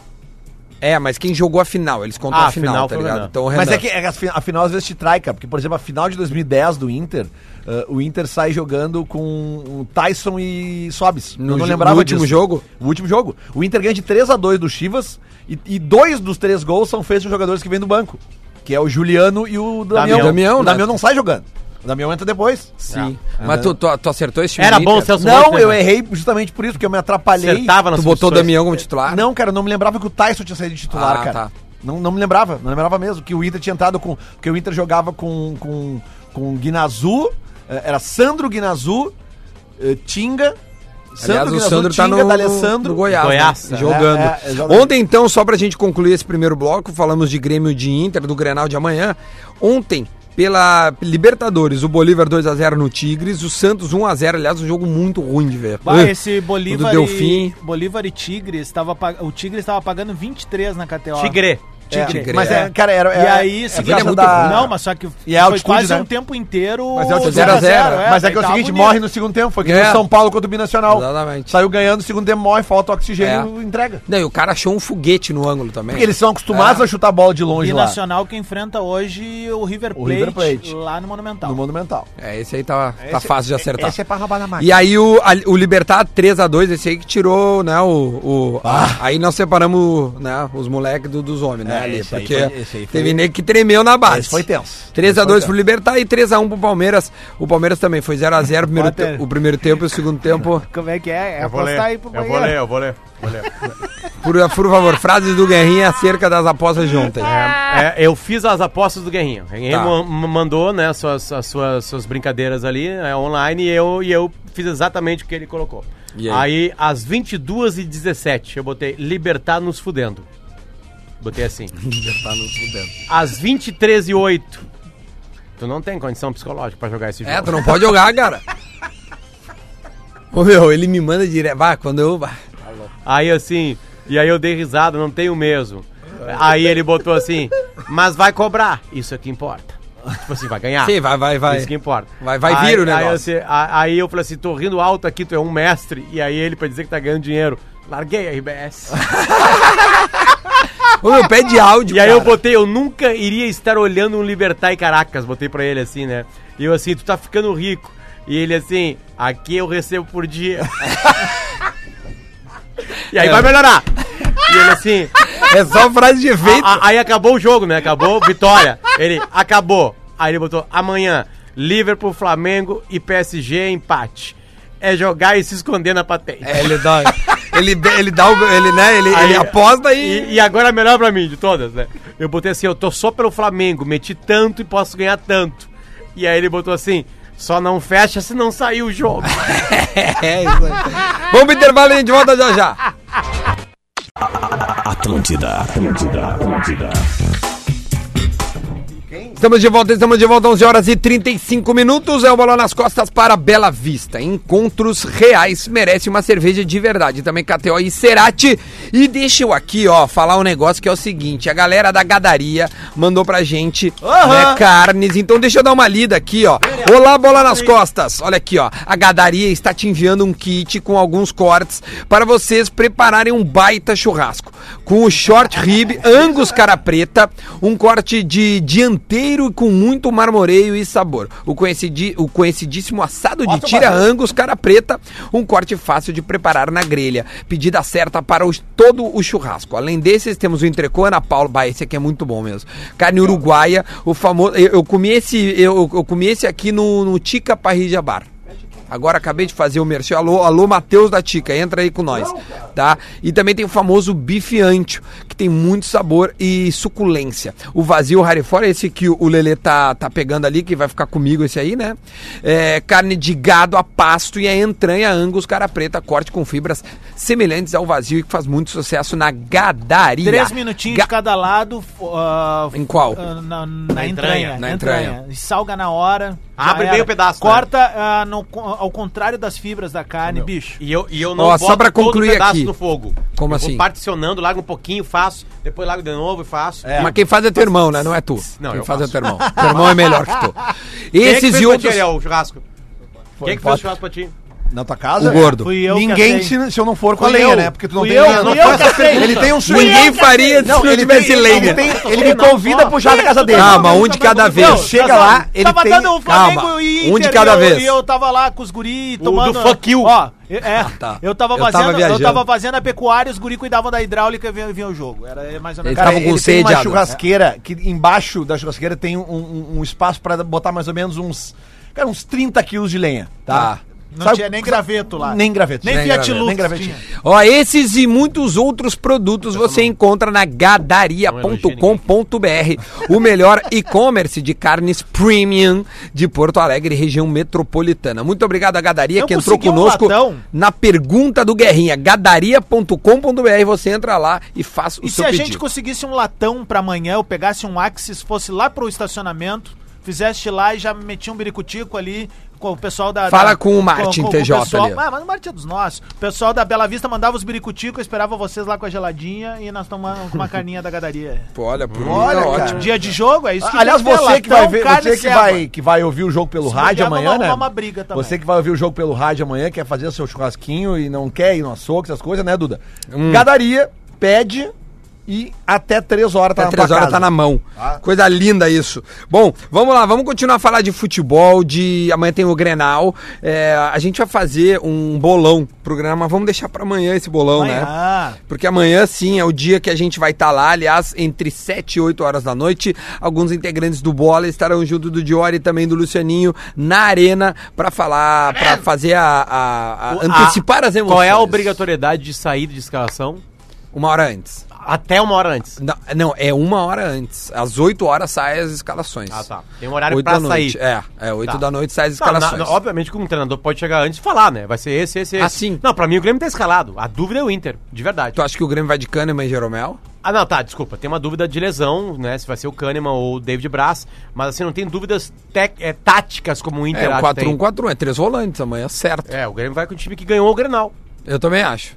Speaker 2: É, mas quem jogou a final? Eles contam
Speaker 4: Ah,
Speaker 2: a final,
Speaker 4: final
Speaker 2: tá
Speaker 4: foi o
Speaker 2: ligado?
Speaker 4: Renan.
Speaker 2: Então, o Renan.
Speaker 5: Mas é que é, a fi- a final às vezes te trai, cara. Porque, por exemplo, a final de 2010 do Inter, eh, o Inter sai jogando com o Tyson e Sobis.
Speaker 2: No
Speaker 5: Eu
Speaker 2: jo-
Speaker 5: não
Speaker 2: no
Speaker 5: lembrava
Speaker 2: último
Speaker 5: disso.
Speaker 2: jogo?
Speaker 5: O último jogo. O Inter ganha de 3x2 do Chivas e, e dois dos três gols são feitos por jogadores que vêm do banco. Que é o Juliano e o Damião.
Speaker 4: Damião.
Speaker 2: Damião,
Speaker 5: o
Speaker 2: né?
Speaker 5: Damião não sai jogando. O Damião entra depois. Ah.
Speaker 2: Sim. Mas tu, tu, tu acertou esse é time
Speaker 4: Era
Speaker 2: do
Speaker 4: bom o
Speaker 2: Inter?
Speaker 4: Celso
Speaker 5: Não,
Speaker 4: Rottner,
Speaker 5: eu
Speaker 4: né?
Speaker 5: errei justamente por isso, porque eu me atrapalhei.
Speaker 4: Acertava nas
Speaker 2: Tu botou o
Speaker 4: substituições.
Speaker 2: Damião como titular?
Speaker 5: Não, cara, eu não me lembrava que o Tyson tinha saído de titular,
Speaker 2: Ah,
Speaker 5: cara.
Speaker 2: tá.
Speaker 5: Não, não me lembrava, não lembrava mesmo. Que o Inter tinha entrado com. Porque o Inter jogava com. com, com Guinazu, eh, era Sandro Guinazu, eh, Tinga.
Speaker 2: Aliás, o Sandro tá
Speaker 5: Tinga,
Speaker 2: no,
Speaker 5: D'Alessandro.
Speaker 2: no Goiás,
Speaker 4: Goiás,
Speaker 2: né?
Speaker 4: é,
Speaker 2: jogando.
Speaker 5: é, exatamente.
Speaker 2: Ontem, então, só pra gente concluir esse primeiro bloco, falamos de Grêmio e de Inter, do Grenal de amanhã. Ontem, pela Libertadores, o Bolívar 2x0 no Tigres, o Santos 1x0, aliás, um jogo muito ruim de ver.
Speaker 6: Bah, esse Bolívar
Speaker 2: do Delfim.
Speaker 6: e, Bolívar e Tigres, tava, pag- o Tigres estava pagando 23 na KTO.
Speaker 4: Tigre.
Speaker 5: É,
Speaker 2: Tigre,
Speaker 5: Mas,
Speaker 2: é.
Speaker 5: é, cara, era.
Speaker 6: E aí,
Speaker 5: é,
Speaker 6: se
Speaker 5: por
Speaker 2: ele é
Speaker 5: causa
Speaker 2: muito
Speaker 5: da...
Speaker 2: ruim.
Speaker 6: Não, mas só que
Speaker 5: E a altitude,
Speaker 6: foi quase
Speaker 5: né?
Speaker 6: um tempo inteiro
Speaker 5: Mas é, o
Speaker 2: 0 a 0,
Speaker 6: 0,
Speaker 5: mas é que é o
Speaker 6: tava
Speaker 5: seguinte,
Speaker 6: bonito.
Speaker 5: morre no segundo tempo. Foi que
Speaker 2: É.
Speaker 5: nem o São Paulo contra o Binacional.
Speaker 2: Exatamente.
Speaker 5: Saiu ganhando, no segundo tempo morre, falta oxigênio
Speaker 2: É.
Speaker 5: e entrega.
Speaker 2: Não, e o cara achou um foguete no ângulo também.
Speaker 5: Porque eles são acostumados
Speaker 2: É.
Speaker 5: a chutar bola de longe lá.
Speaker 6: Binacional que enfrenta hoje o River Plate,
Speaker 5: O River Plate.
Speaker 6: lá no Monumental.
Speaker 5: No Monumental.
Speaker 2: É, esse aí tá, tá
Speaker 5: Esse-
Speaker 2: fácil de acertar.
Speaker 5: Esse é pra roubar na máquina.
Speaker 2: E aí o, a- o Libertar 3x2, esse aí que tirou, né, o... o- aí nós separamos né, os moleques do- dos homens, né,
Speaker 5: É,
Speaker 2: ali.
Speaker 5: esse aí
Speaker 2: Porque
Speaker 5: foi- esse aí foi-
Speaker 2: teve nego que tremeu na base.
Speaker 5: Ah, Esse foi tenso. Esse foi
Speaker 2: 3x2 pro
Speaker 5: tenso.
Speaker 2: Libertar e 3x1 pro Palmeiras. O Palmeiras também foi 0x0 o, primeiro te-
Speaker 6: Potter.
Speaker 2: o primeiro tempo e o segundo tempo.
Speaker 6: Como é que é? É
Speaker 4: Eu vou ler,
Speaker 6: apostar aí pro
Speaker 4: eu vou ler, eu vou ler. Vou ler.
Speaker 2: Por, por favor, frases do Guerrinha acerca das apostas de ontem.
Speaker 4: É, eu fiz as apostas do Guerrinho. O Guerrinho
Speaker 2: Tá.
Speaker 4: ma- ma- mandou né, suas, as suas, suas brincadeiras ali né, online e eu, e eu fiz exatamente o que ele colocou.
Speaker 2: E aí?
Speaker 4: aí? às 22h17, eu botei Libertar nos fudendo. Botei assim.
Speaker 2: Tá no fudendo.
Speaker 4: Às 23h08, tu não tem condição psicológica pra jogar esse jogo.
Speaker 2: É, tu não pode jogar, cara. Ô meu, ele me manda direto. Bah, quando eu. bah.
Speaker 4: Aí assim, e aí eu dei risada, não tenho mesmo. Aí ele botou assim, mas vai cobrar, isso é que importa. Tipo assim, vai ganhar.
Speaker 2: Sim, vai, vai, vai.
Speaker 4: Isso que é importa.
Speaker 2: Vai- vai vir
Speaker 4: aí,
Speaker 2: o negócio.
Speaker 4: Aí, assim, a- aí eu falei assim, tô rindo alto aqui, tu é um mestre. E aí ele, pra dizer que tá ganhando dinheiro, larguei a RBS.
Speaker 2: Ô meu, pé de áudio.
Speaker 4: e aí eu
Speaker 2: cara.
Speaker 4: botei, eu nunca iria estar olhando um Libertar e Caracas. Botei pra ele assim, né? E eu assim, tu tá ficando rico. E ele assim, aqui eu recebo por dia. e aí
Speaker 2: É.
Speaker 4: vai melhorar. E ele assim,
Speaker 2: É só frase de efeito.
Speaker 4: A- a- aí acabou o jogo, né? Acabou, vitória. Ele acabou. Aí ele botou amanhã, Liverpool, Flamengo e PSG empate. É jogar e se esconder na patente.
Speaker 2: É, ele dá. ele, ele dá o. Ele, né? Ele,
Speaker 4: Aí-
Speaker 2: ele aposta
Speaker 4: E,
Speaker 2: e.
Speaker 4: e agora é a melhor pra mim de todas, né? Eu botei assim, eu tô só pelo Flamengo, meti tanto e posso ganhar tanto. E aí ele botou assim, só não fecha se não sair o jogo.
Speaker 2: É isso aí. Vamos pro intervalo e a gente volta já já.
Speaker 1: Atlântida, Atlântida, Atlântida.
Speaker 5: Quem?
Speaker 2: Estamos de volta, estamos de volta, 11 horas e 35 minutos. É o Bola nas Costas para Bela Vista. Encontros reais merece uma cerveja de verdade. Também KTO e Cerati. E deixa eu aqui, ó, falar um negócio que é o seguinte. A galera da Gadaria mandou pra gente né, carnes. Então deixa eu dar uma lida aqui, ó. Olá, Bola nas Costas. Olha aqui, ó. A Gadaria está te enviando um kit com alguns cortes para vocês prepararem um baita churrasco. Com o short rib, angus cara preta, um corte de dianteiro com muito marmoreio e sabor. O, conhecidi, o conhecidíssimo assado de tira angus cara preta, um corte fácil de preparar na grelha. Pedida certa para o- todo o churrasco. Além desses, temos o entrecô Ana Paula. Bah, esse aqui é muito bom mesmo. Carne uruguaia, o famoso... Eu, eu comi, esse, eu, eu comi esse aqui no, no Tica Parrilla Bar. Agora acabei de fazer o merchan. Alô, alô, Matheus da Tica, entra aí com nós. Tá? E também tem o famoso bife antio, que tem muito sabor e suculência. O vazio rarefora é esse que o Lelê tá, tá pegando ali, que vai ficar comigo esse aí, né? É, carne de gado a pasto e a entranha angus cara preta, corte com fibras semelhantes ao vazio e que faz muito sucesso na gadaria.
Speaker 6: Três minutinhos
Speaker 2: Ga-
Speaker 6: de cada lado. f- ah,
Speaker 2: Em qual?
Speaker 6: ah, na, na
Speaker 4: entranha.
Speaker 6: entranha.
Speaker 2: Na entranha.
Speaker 6: E salga na hora. já
Speaker 4: Abre
Speaker 6: era.
Speaker 4: bem o pedaço, né?
Speaker 6: Corta ah, no- ao contrário das fibras da carne, bicho.
Speaker 4: E eu, e eu não
Speaker 2: Ó, só pra concluir
Speaker 4: todo o pedaço
Speaker 2: aqui.
Speaker 4: no fogo.
Speaker 2: Como
Speaker 4: Eu vou
Speaker 2: assim?
Speaker 4: particionando, largo um pouquinho, faço, depois largo de novo e faço.
Speaker 2: Mas quem faz é teu irmão, né? Não é tu.
Speaker 4: Não,
Speaker 2: quem
Speaker 4: eu
Speaker 2: faz é
Speaker 4: faço.
Speaker 2: teu irmão. teu irmão é melhor que tu.
Speaker 4: Quem é que
Speaker 2: Esses
Speaker 4: fez
Speaker 2: e
Speaker 4: pra
Speaker 2: outros.
Speaker 4: ti, Ariel, o churrasco? Quem é que fez o churrasco pra ti?
Speaker 5: Na tua casa?
Speaker 2: O gordo.
Speaker 6: Fui eu que
Speaker 5: Ninguém
Speaker 6: assei.
Speaker 5: se, se eu não for com a
Speaker 6: Fui
Speaker 5: lenha,
Speaker 6: eu.
Speaker 5: né? Porque tu não
Speaker 6: Fui
Speaker 5: tem
Speaker 6: eu,
Speaker 5: lenha.
Speaker 6: fui
Speaker 5: não
Speaker 6: eu
Speaker 5: faz-
Speaker 6: que assei.
Speaker 5: Ele tem um churrasco.
Speaker 2: Ninguém faria se não
Speaker 5: ele
Speaker 2: tivesse
Speaker 5: tem-
Speaker 2: lenha.
Speaker 5: Ele, tem- ele me convida a puxar da casa dele.
Speaker 2: Calma, um de cada vez.
Speaker 5: tá Não, chega lá, ele
Speaker 6: tava
Speaker 5: tem...
Speaker 6: dando o Flamengo
Speaker 2: Calma,
Speaker 6: e
Speaker 2: um de
Speaker 6: Inter,
Speaker 2: cada
Speaker 6: e eu-
Speaker 2: vez.
Speaker 6: E eu tava lá com os guri tomando.
Speaker 4: do fuck you.
Speaker 6: Ó, é,
Speaker 2: tá.
Speaker 6: eu tava
Speaker 2: Eu tava
Speaker 6: fazendo, eu
Speaker 2: viajando.
Speaker 6: tava fazendo a pecuária, os guri cuidavam da hidráulica e vinha, vinha o jogo. Era mais ou menos.
Speaker 2: Ele tava com
Speaker 5: ele
Speaker 2: sede,
Speaker 5: tem uma
Speaker 2: Adam.
Speaker 5: churrasqueira que embaixo da churrasqueira tem um, um- um espaço pra botar mais ou menos uns... Cara, uns 30 quilos de lenha, tá?
Speaker 6: Não tinha nem graveto lá.
Speaker 5: Nem graveto.
Speaker 6: Nem
Speaker 5: Nem
Speaker 6: Fiat
Speaker 5: graveto,
Speaker 6: Lux.
Speaker 5: nem graveto.
Speaker 6: tinha.
Speaker 2: Ó, esses e muitos outros produtos você encontra na gadaria.com.br, o melhor e-commerce de carnes premium de Porto Alegre, região metropolitana. Muito obrigado à Gadaria
Speaker 6: Eu
Speaker 2: que entrou
Speaker 6: consegui um
Speaker 2: conosco
Speaker 6: latão.
Speaker 2: na pergunta do Guerrinha, gadaria.com.br, você entra lá e faz o
Speaker 6: E se
Speaker 2: seu
Speaker 6: a
Speaker 2: pedido.
Speaker 6: gente conseguisse um latão pra amanhã, eu pegasse um Axis, fosse lá pro estacionamento, fizesse lá e já metia um biricutico ali com o pessoal da.
Speaker 2: Fala
Speaker 6: da-
Speaker 2: com o Martin TJ
Speaker 6: pessoal,
Speaker 2: ali.
Speaker 6: Ah, mas o Martin é dos nossos. O pessoal da Bela Vista mandava os biricutico, eu esperava vocês lá com a geladinha e nós tomamos com uma carninha da gadaria.
Speaker 2: Pô, Olha, por
Speaker 5: Olha,
Speaker 2: é
Speaker 5: cara.
Speaker 2: ótimo.
Speaker 6: Dia de jogo, é isso
Speaker 5: Aliás,
Speaker 6: tem
Speaker 5: você que
Speaker 6: latão,
Speaker 5: vai ver,
Speaker 6: carne
Speaker 5: você
Speaker 6: e
Speaker 5: que
Speaker 6: ceva.
Speaker 5: vai, que vai ouvir o jogo pelo
Speaker 6: Se
Speaker 5: rádio
Speaker 6: bobear,
Speaker 5: amanhã,
Speaker 6: vamos
Speaker 5: né?
Speaker 6: arrumar uma briga também.
Speaker 5: você que vai ouvir o jogo pelo rádio amanhã, quer fazer seu churrasquinho e não quer ir no açougue, essas coisas, né, Duda?
Speaker 2: Hum.
Speaker 5: Gadaria, pede e até três horas tá
Speaker 2: Até
Speaker 5: na
Speaker 2: três
Speaker 5: tua
Speaker 2: horas
Speaker 5: casa.
Speaker 2: tá na mão. Coisa linda isso. Bom, vamos lá, vamos continuar a falar de futebol, de amanhã tem o Grenal. É, a gente vai fazer um bolão pro Grenal, mas vamos deixar pra amanhã esse bolão, né?
Speaker 6: Amanhã.
Speaker 2: Porque amanhã sim é o dia que a gente vai estar lá, aliás, entre 7 e 8 horas da noite. Alguns integrantes do Bola estarão junto do Diori e também do Lucianinho na arena pra falar, pra fazer a, a- a-
Speaker 4: O-
Speaker 2: antecipar
Speaker 4: a-
Speaker 2: as emoções.
Speaker 4: Qual é a obrigatoriedade de saída de escalação?
Speaker 2: Uma hora antes.
Speaker 4: Até uma hora antes.
Speaker 2: Não, não, é uma hora antes. Às 8 horas saem as escalações.
Speaker 4: Ah, tá. Tem um horário
Speaker 2: Oito
Speaker 4: pra
Speaker 2: da
Speaker 4: sair.
Speaker 2: noite. É, é 8
Speaker 4: Tá.
Speaker 2: da noite sai as
Speaker 4: Não, na-
Speaker 2: escalações.
Speaker 4: na- obviamente que um treinador pode chegar antes e falar, né? Vai ser esse, esse, esse.
Speaker 2: Ah, sim. Tá.
Speaker 4: Não, pra mim o Grêmio tá escalado. A dúvida é o Inter, de verdade.
Speaker 2: Tu acha que o Grêmio vai de Kahneman e Jeromel?
Speaker 4: Ah, não, tá, desculpa. Tem uma dúvida de lesão, né? Se vai ser o Kahneman ou o David Braz. Mas assim, não tem dúvidas tec- é, táticas como o Inter
Speaker 2: É, o
Speaker 4: acho que tem.
Speaker 2: 4-1-4-1, é três volantes amanhã, certo.
Speaker 4: É, o Grêmio vai com o time que ganhou o Grenal.
Speaker 2: Eu também acho.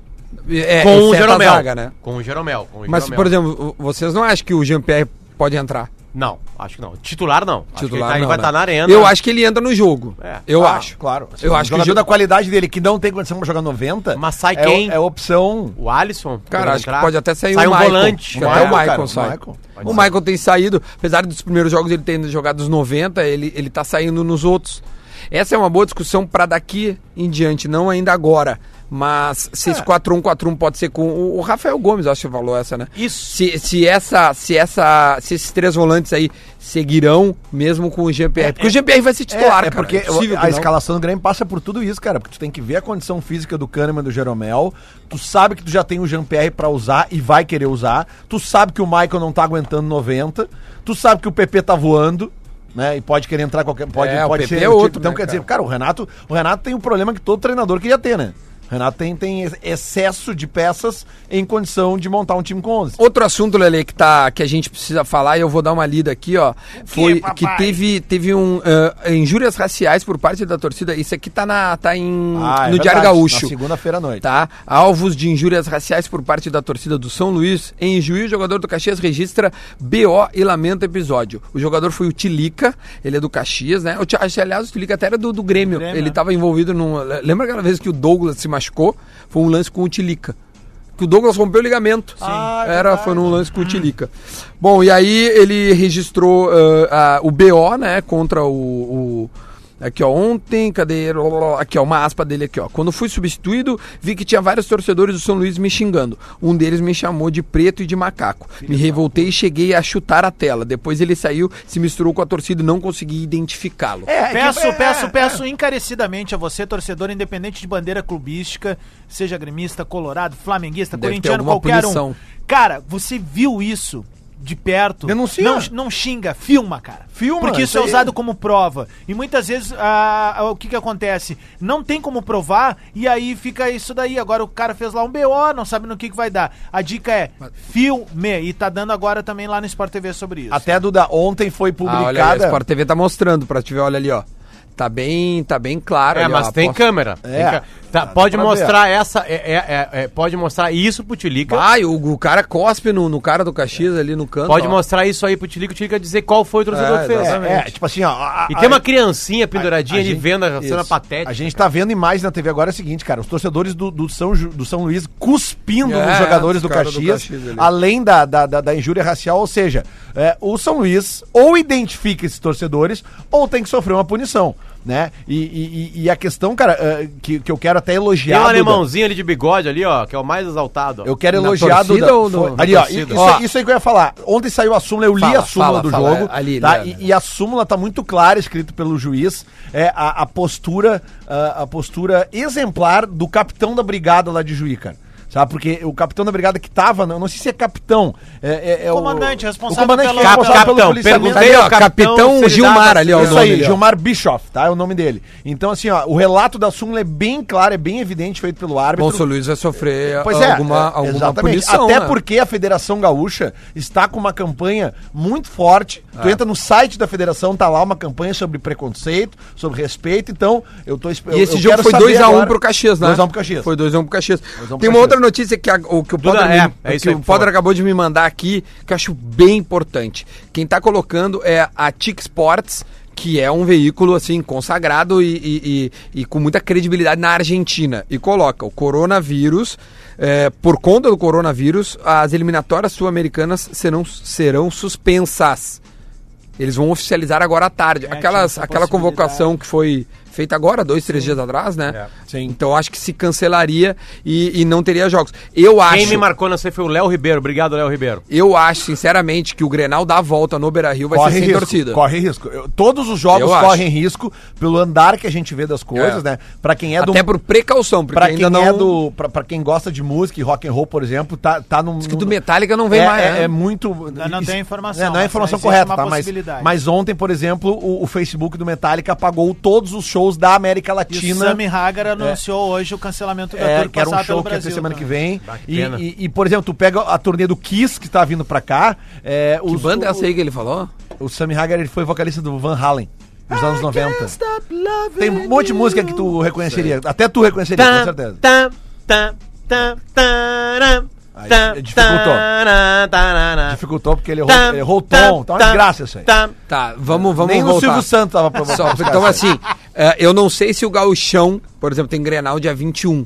Speaker 2: É,
Speaker 4: com o
Speaker 2: exceto a
Speaker 4: Jeromel.
Speaker 2: zaga, né?
Speaker 4: Com o Jeromel. com o
Speaker 2: Mas,
Speaker 4: Jeromel.
Speaker 2: por exemplo, o- vocês não acham que o Jean-Pierre pode entrar?
Speaker 4: Não, acho que não. Titular não. Acho que ele,
Speaker 2: Titular
Speaker 4: tá- ele
Speaker 2: não,
Speaker 4: vai
Speaker 2: né?
Speaker 4: estar na arena.
Speaker 2: Eu acho que ele entra no jogo.
Speaker 4: É,
Speaker 2: eu
Speaker 5: Claro,
Speaker 2: acho.
Speaker 5: Ah, Claro. Um
Speaker 2: Eu acho que o
Speaker 5: jogador
Speaker 2: Gil-
Speaker 5: da qualidade dele que não tem condição pra jogar 90.
Speaker 4: Mas sai
Speaker 5: é o-
Speaker 4: quem?
Speaker 5: É, opção.
Speaker 4: O Alisson.
Speaker 2: Cara,
Speaker 4: quando
Speaker 2: acho que
Speaker 4: entrar,
Speaker 2: pode até sair
Speaker 4: sai um
Speaker 2: Michael.
Speaker 4: volante.
Speaker 2: Acho que Até o
Speaker 5: Michael,
Speaker 2: Michael
Speaker 5: cara, o
Speaker 2: sai.
Speaker 5: Michael.
Speaker 2: O Michael tem saído, apesar dos primeiros jogos ele tendo jogado os 90, ele, ele tá saindo nos outros. Essa é uma boa discussão pra daqui em diante, não ainda agora. Mas se
Speaker 5: É.
Speaker 2: esse 4-1-4-1 pode ser com. O o Rafael Gomes, eu acho que falou essa, né?
Speaker 4: Isso.
Speaker 2: Se, se essa. Se essa. Se esses três volantes aí seguirão mesmo com o GPR. Porque o GPR vai ser titular,
Speaker 5: é,
Speaker 2: cara.
Speaker 5: porque
Speaker 2: É possível que não.
Speaker 5: a escalação do Grêmio passa por tudo isso, cara. Porque tu tem que ver a condição física do Kahneman e do Jeromel. Tu sabe que tu já tem o Jean-Pierre pra usar e vai querer usar. Tu sabe que o Michael não tá aguentando 90. Tu sabe que o PP tá voando. Né, e pode querer entrar qualquer. Pode,
Speaker 2: É, o
Speaker 5: pode
Speaker 2: PP é outro,
Speaker 5: Então,
Speaker 2: né,
Speaker 5: quer dizer,
Speaker 2: cara?
Speaker 5: cara, o Renato, o Renato tem um problema que todo treinador queria ter, né? Renato tem, tem ex- excesso de peças em condição de montar um time com 11.
Speaker 2: Outro assunto, Lele, que, tá, que a gente precisa falar, e eu vou dar uma lida aqui, ó. Foi que,
Speaker 6: papai?
Speaker 2: teve, teve um, ah, injúrias raciais por parte da torcida. Isso aqui tá, na, tá em,
Speaker 5: Ah, é
Speaker 2: no
Speaker 5: verdade,
Speaker 2: Diário Gaúcho.
Speaker 5: na segunda-feira à noite.
Speaker 2: Tá? Alvos de injúrias raciais por parte da torcida do São Luís. Em Juiz, o jogador do Caxias registra BO e lamenta episódio. O jogador foi o Tilica, ele é do Caxias, né? O Ti- aliás, o Tilica até era do, do Grêmio.
Speaker 6: Grêmio,
Speaker 2: Ele
Speaker 6: né?
Speaker 2: tava envolvido num. Lembra aquela vez que o Douglas se machucou? Foi um lance com o Tilica. Que o Douglas rompeu o ligamento.
Speaker 5: Ah, é
Speaker 2: Era,
Speaker 5: verdade.
Speaker 2: foi num lance com o Tilica. Bom, e aí ele registrou ah, ah, o BO, né, contra o. o- Aqui, ó, ontem, cadê? Lá, lá, lá. Aqui, ó, uma aspa dele aqui, ó. Quando fui substituído, vi que tinha vários torcedores do São Luís me xingando. Um deles me chamou de preto e de macaco. Me revoltei e cheguei a chutar a tela. Depois ele saiu, se misturou com a torcida e não consegui identificá-lo.
Speaker 5: É
Speaker 6: peço, peço, peço encarecidamente a você, torcedor independente de bandeira clubística, seja gremista, colorado, flamenguista,
Speaker 2: Deve ter
Speaker 6: corintiano,
Speaker 2: alguma
Speaker 6: qualquer
Speaker 2: punição.
Speaker 6: um. Cara, você viu isso de perto?
Speaker 5: Denuncia.
Speaker 6: Não, não xinga, filma, cara.
Speaker 5: Filma,
Speaker 6: Porque isso
Speaker 5: isso
Speaker 6: é
Speaker 5: aí.
Speaker 6: usado como prova. E muitas vezes ah, ah, o que que acontece? Não tem como provar e aí fica isso daí. Agora o cara fez lá um BO, não sabe no que que vai dar. A dica é filme e tá dando agora também lá no Sport TV sobre isso.
Speaker 5: Até Duda, ontem foi
Speaker 2: Ah, olha aí, a
Speaker 5: publicada.
Speaker 2: Sport TV tá mostrando pra te ver, olha ali, ó. Tá bem, tá bem claro.
Speaker 4: É,
Speaker 2: ali, ó,
Speaker 4: mas
Speaker 2: a
Speaker 4: tem
Speaker 2: aposta.
Speaker 4: câmera.
Speaker 5: É.
Speaker 4: Tem ca- Tá,
Speaker 5: Dá
Speaker 4: pode
Speaker 5: pra
Speaker 4: mostrar essa. é- é- é- é, pode mostrar isso pro Tilica.
Speaker 2: Vai, o, o cara cospe no, no cara do Caxias ali no canto.
Speaker 4: Pode
Speaker 2: ó.
Speaker 4: mostrar isso aí pro Tilica. O Tilica dizer qual foi o torcedor
Speaker 2: É,
Speaker 4: que fez.
Speaker 5: É, é, tipo assim, ó. a-
Speaker 4: E
Speaker 5: a-
Speaker 4: tem uma criancinha penduradinha
Speaker 5: a
Speaker 4: ali
Speaker 5: gente-
Speaker 4: vendo a cena
Speaker 5: isso.
Speaker 4: patética.
Speaker 5: A gente tá vendo imagens na TV agora é o seguinte, cara. Os torcedores do, do São, Ju- do São Luís cuspindo
Speaker 2: É,
Speaker 5: nos jogadores
Speaker 2: os
Speaker 5: do
Speaker 2: cara do
Speaker 5: Caxias,
Speaker 2: Caxias ali.
Speaker 5: além da, da, da, da injúria racial. Ou seja, é, o São Luís ou identifica esses torcedores ou tem que sofrer uma punição. Né? E, e- e- e a questão, cara, é, que, que eu quero até elogiar.
Speaker 4: Tem um
Speaker 5: Duda.
Speaker 4: alemãozinho ali de bigode ali, ó, que é o mais exaltado. ó.
Speaker 5: Eu quero
Speaker 2: Na
Speaker 5: elogiar
Speaker 2: torcida
Speaker 5: Duda.
Speaker 2: ou no-
Speaker 5: Foi-
Speaker 2: na
Speaker 5: Ali, ó,
Speaker 2: torcida?
Speaker 5: isso,
Speaker 2: Ó.
Speaker 5: isso aí que eu ia falar. Ontem saiu a súmula, eu li
Speaker 2: Fala,
Speaker 5: a súmula
Speaker 2: fala,
Speaker 5: do
Speaker 2: fala,
Speaker 5: jogo.
Speaker 2: é, ali,
Speaker 5: tá?
Speaker 2: né,
Speaker 5: E-
Speaker 2: né.
Speaker 5: e, a súmula tá muito clara, escrito pelo juiz, é a, a postura, a, a postura exemplar do capitão da brigada lá de Juí, cara. Sabe, porque o capitão da brigada que tava, não, não sei se é capitão, é, é- é o
Speaker 6: Comandante, responsável
Speaker 5: o comandante
Speaker 6: pelo-
Speaker 5: que é responsável
Speaker 4: Capitão,
Speaker 5: pelo policiamento.
Speaker 4: perguntei
Speaker 2: Cadê,
Speaker 4: ao
Speaker 2: Tá ó, Capitão
Speaker 4: Seriedade,
Speaker 2: Gilmar ali, ó, o
Speaker 5: tá Isso
Speaker 2: nome
Speaker 5: aí,
Speaker 2: ali, ó.
Speaker 5: Gilmar Bischoff, tá? É o nome dele. Então, assim, ó, o relato da súmula é bem claro, é bem evidente, feito pelo árbitro.
Speaker 2: Bom, o São Luís vai sofrer
Speaker 5: Pois é,
Speaker 2: alguma,
Speaker 5: é,
Speaker 2: alguma
Speaker 5: exatamente.
Speaker 2: punição.
Speaker 5: Até
Speaker 2: né?
Speaker 5: porque a Federação Gaúcha está com uma campanha muito forte. Tu
Speaker 2: É.
Speaker 5: entra no site da Federação, tá lá uma campanha sobre preconceito, sobre respeito. Então, eu tô esp- eu-
Speaker 2: E esse
Speaker 5: eu
Speaker 2: jogo
Speaker 5: quero
Speaker 2: foi
Speaker 5: saber
Speaker 2: 2x1
Speaker 5: agora-
Speaker 2: pro Caxias, né?
Speaker 5: 2x1 pro Caxias. um
Speaker 2: Foi 2x1 pro Caxias. Tem uma
Speaker 5: pro Caxias.
Speaker 2: outra notícia que, a- o, que o
Speaker 4: Duda,
Speaker 2: Potter, me-
Speaker 4: é,
Speaker 2: o
Speaker 4: é isso
Speaker 2: que
Speaker 4: aí,
Speaker 2: o
Speaker 4: por favor.
Speaker 2: Potter acabou de me mandar aqui, que eu acho bem importante. Quem tá colocando é a TIC Sports, que é um veículo, assim, consagrado e, e- e- e com muita credibilidade na Argentina. E coloca o coronavírus, é, por conta do coronavírus, as eliminatórias sul-americanas serão, serão suspensas. Eles vão oficializar agora à
Speaker 5: É,
Speaker 2: tarde. Aquelas,
Speaker 6: tinha essa
Speaker 2: aquela convocação que foi feita agora, dois, três dias atrás, né?
Speaker 5: É,
Speaker 2: Então acho que se cancelaria e, e não teria jogos. Eu acho.
Speaker 4: Quem me marcou nessa aí foi o Léo Ribeiro. Obrigado, Léo Ribeiro.
Speaker 2: Eu acho, sinceramente, que o Grenal dá a volta no Beira Rio vai
Speaker 5: corre
Speaker 2: ser sem
Speaker 5: risco,
Speaker 2: torcida.
Speaker 5: Corre risco. Eu- todos os jogos
Speaker 2: Eu acho.
Speaker 5: correm risco pelo andar que a gente vê das coisas,
Speaker 2: É.
Speaker 5: né? Pra quem é do
Speaker 2: Até por precaução, porque
Speaker 5: Pra quem,
Speaker 2: ainda não.
Speaker 5: é do, pra, pra quem gosta de música e rock and roll, por exemplo, tá, tá num...
Speaker 2: que do
Speaker 5: num-
Speaker 2: Metallica não vem
Speaker 5: é,
Speaker 2: mais,
Speaker 5: É,
Speaker 2: né?
Speaker 5: é muito...
Speaker 6: não tem
Speaker 5: isso-
Speaker 6: informação,
Speaker 5: é, não
Speaker 6: mas
Speaker 5: é informação
Speaker 6: existe
Speaker 5: correta,
Speaker 6: uma
Speaker 5: tá? Mas,
Speaker 6: possibilidade.
Speaker 5: mas ontem, por exemplo, o, o Facebook do Metallica apagou todos os shows da América
Speaker 6: E o
Speaker 5: Latina.
Speaker 6: Sammy Hagar anunciou hoje o cancelamento da
Speaker 5: É,
Speaker 6: tour
Speaker 5: que era um
Speaker 6: passar
Speaker 5: show
Speaker 6: pelo
Speaker 5: que ia ter
Speaker 6: Brasil.
Speaker 5: semana que
Speaker 6: também.
Speaker 5: vem.
Speaker 2: Ah,
Speaker 4: que
Speaker 5: E,
Speaker 4: pena.
Speaker 5: e- e, por exemplo, tu pega a turnê do Kiss, que tá vindo pra cá. É,
Speaker 2: Que
Speaker 5: os-
Speaker 2: banda é
Speaker 5: o-
Speaker 2: essa aí que ele falou?
Speaker 5: O Sammy Hagar ele foi vocalista do Van Halen nos anos 90. Tem um monte de música que tu reconheceria. Até tu reconheceria, com certeza.
Speaker 4: Tá, tá, tá, taram,
Speaker 5: Aí,
Speaker 4: tá,
Speaker 5: dificultou.
Speaker 4: taram, taram.
Speaker 5: Dificultou porque ele errou,
Speaker 4: Tá,
Speaker 5: ele errou o
Speaker 4: tá,
Speaker 5: tom. Tá uma
Speaker 4: tá,
Speaker 5: desgraça isso aí.
Speaker 4: tá.
Speaker 2: Tá, vamos, vamos
Speaker 5: Nem o
Speaker 2: voltar.
Speaker 5: Silvio Santos tava provocando.
Speaker 2: Só, então, assim, é, eu não sei se o Gauchão, por exemplo, tem Grenal dia 21,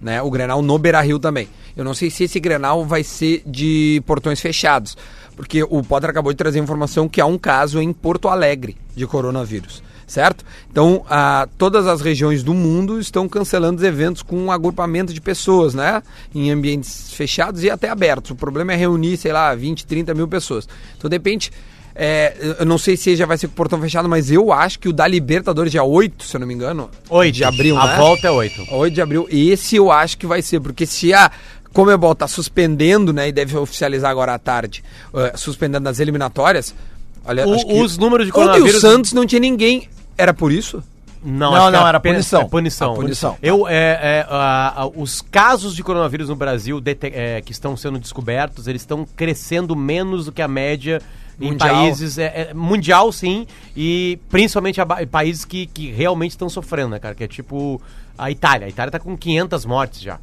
Speaker 2: né? O Grenal no Beira Rio também. Eu não sei se esse Grenal vai ser de portões fechados. Porque o Potter acabou de trazer informação que há um caso em Porto Alegre de coronavírus. Certo? Então, ah, todas as regiões do mundo estão cancelando os eventos com um agrupamento de pessoas, né? Em ambientes fechados e até abertos. O problema é reunir, sei lá, 20, 30 mil pessoas. Então, de repente, é, eu- eu não sei se já vai ser com o portão fechado, mas eu acho que o da Libertadores, dia 8, se eu não me engano.
Speaker 4: Oito.
Speaker 2: de abril,
Speaker 4: A
Speaker 2: né?
Speaker 4: volta é oito.
Speaker 2: 8 de abril. Esse eu acho que vai ser, porque se a Comebol tá suspendendo, né, e deve oficializar agora à tarde, eh, suspendendo as eliminatórias, olha,
Speaker 4: O-
Speaker 2: acho que...
Speaker 4: os números de
Speaker 2: Ontem
Speaker 4: coronavírus-
Speaker 2: o Santos não tinha ninguém. Era por isso?
Speaker 4: Não,
Speaker 5: Não,
Speaker 4: acho que
Speaker 5: não, era
Speaker 4: apenas-
Speaker 5: punição.
Speaker 4: é punição.
Speaker 5: A punição.
Speaker 4: Eu, é, é, a- a- os casos de coronavírus no Brasil dete- é, que estão sendo descobertos, eles estão crescendo menos do que a média
Speaker 2: Mundial.
Speaker 4: em países... é, é, mundial, sim, e principalmente aba- países que, que realmente estão sofrendo, né, cara? Que é tipo a Itália. A Itália tá com 500 mortes já.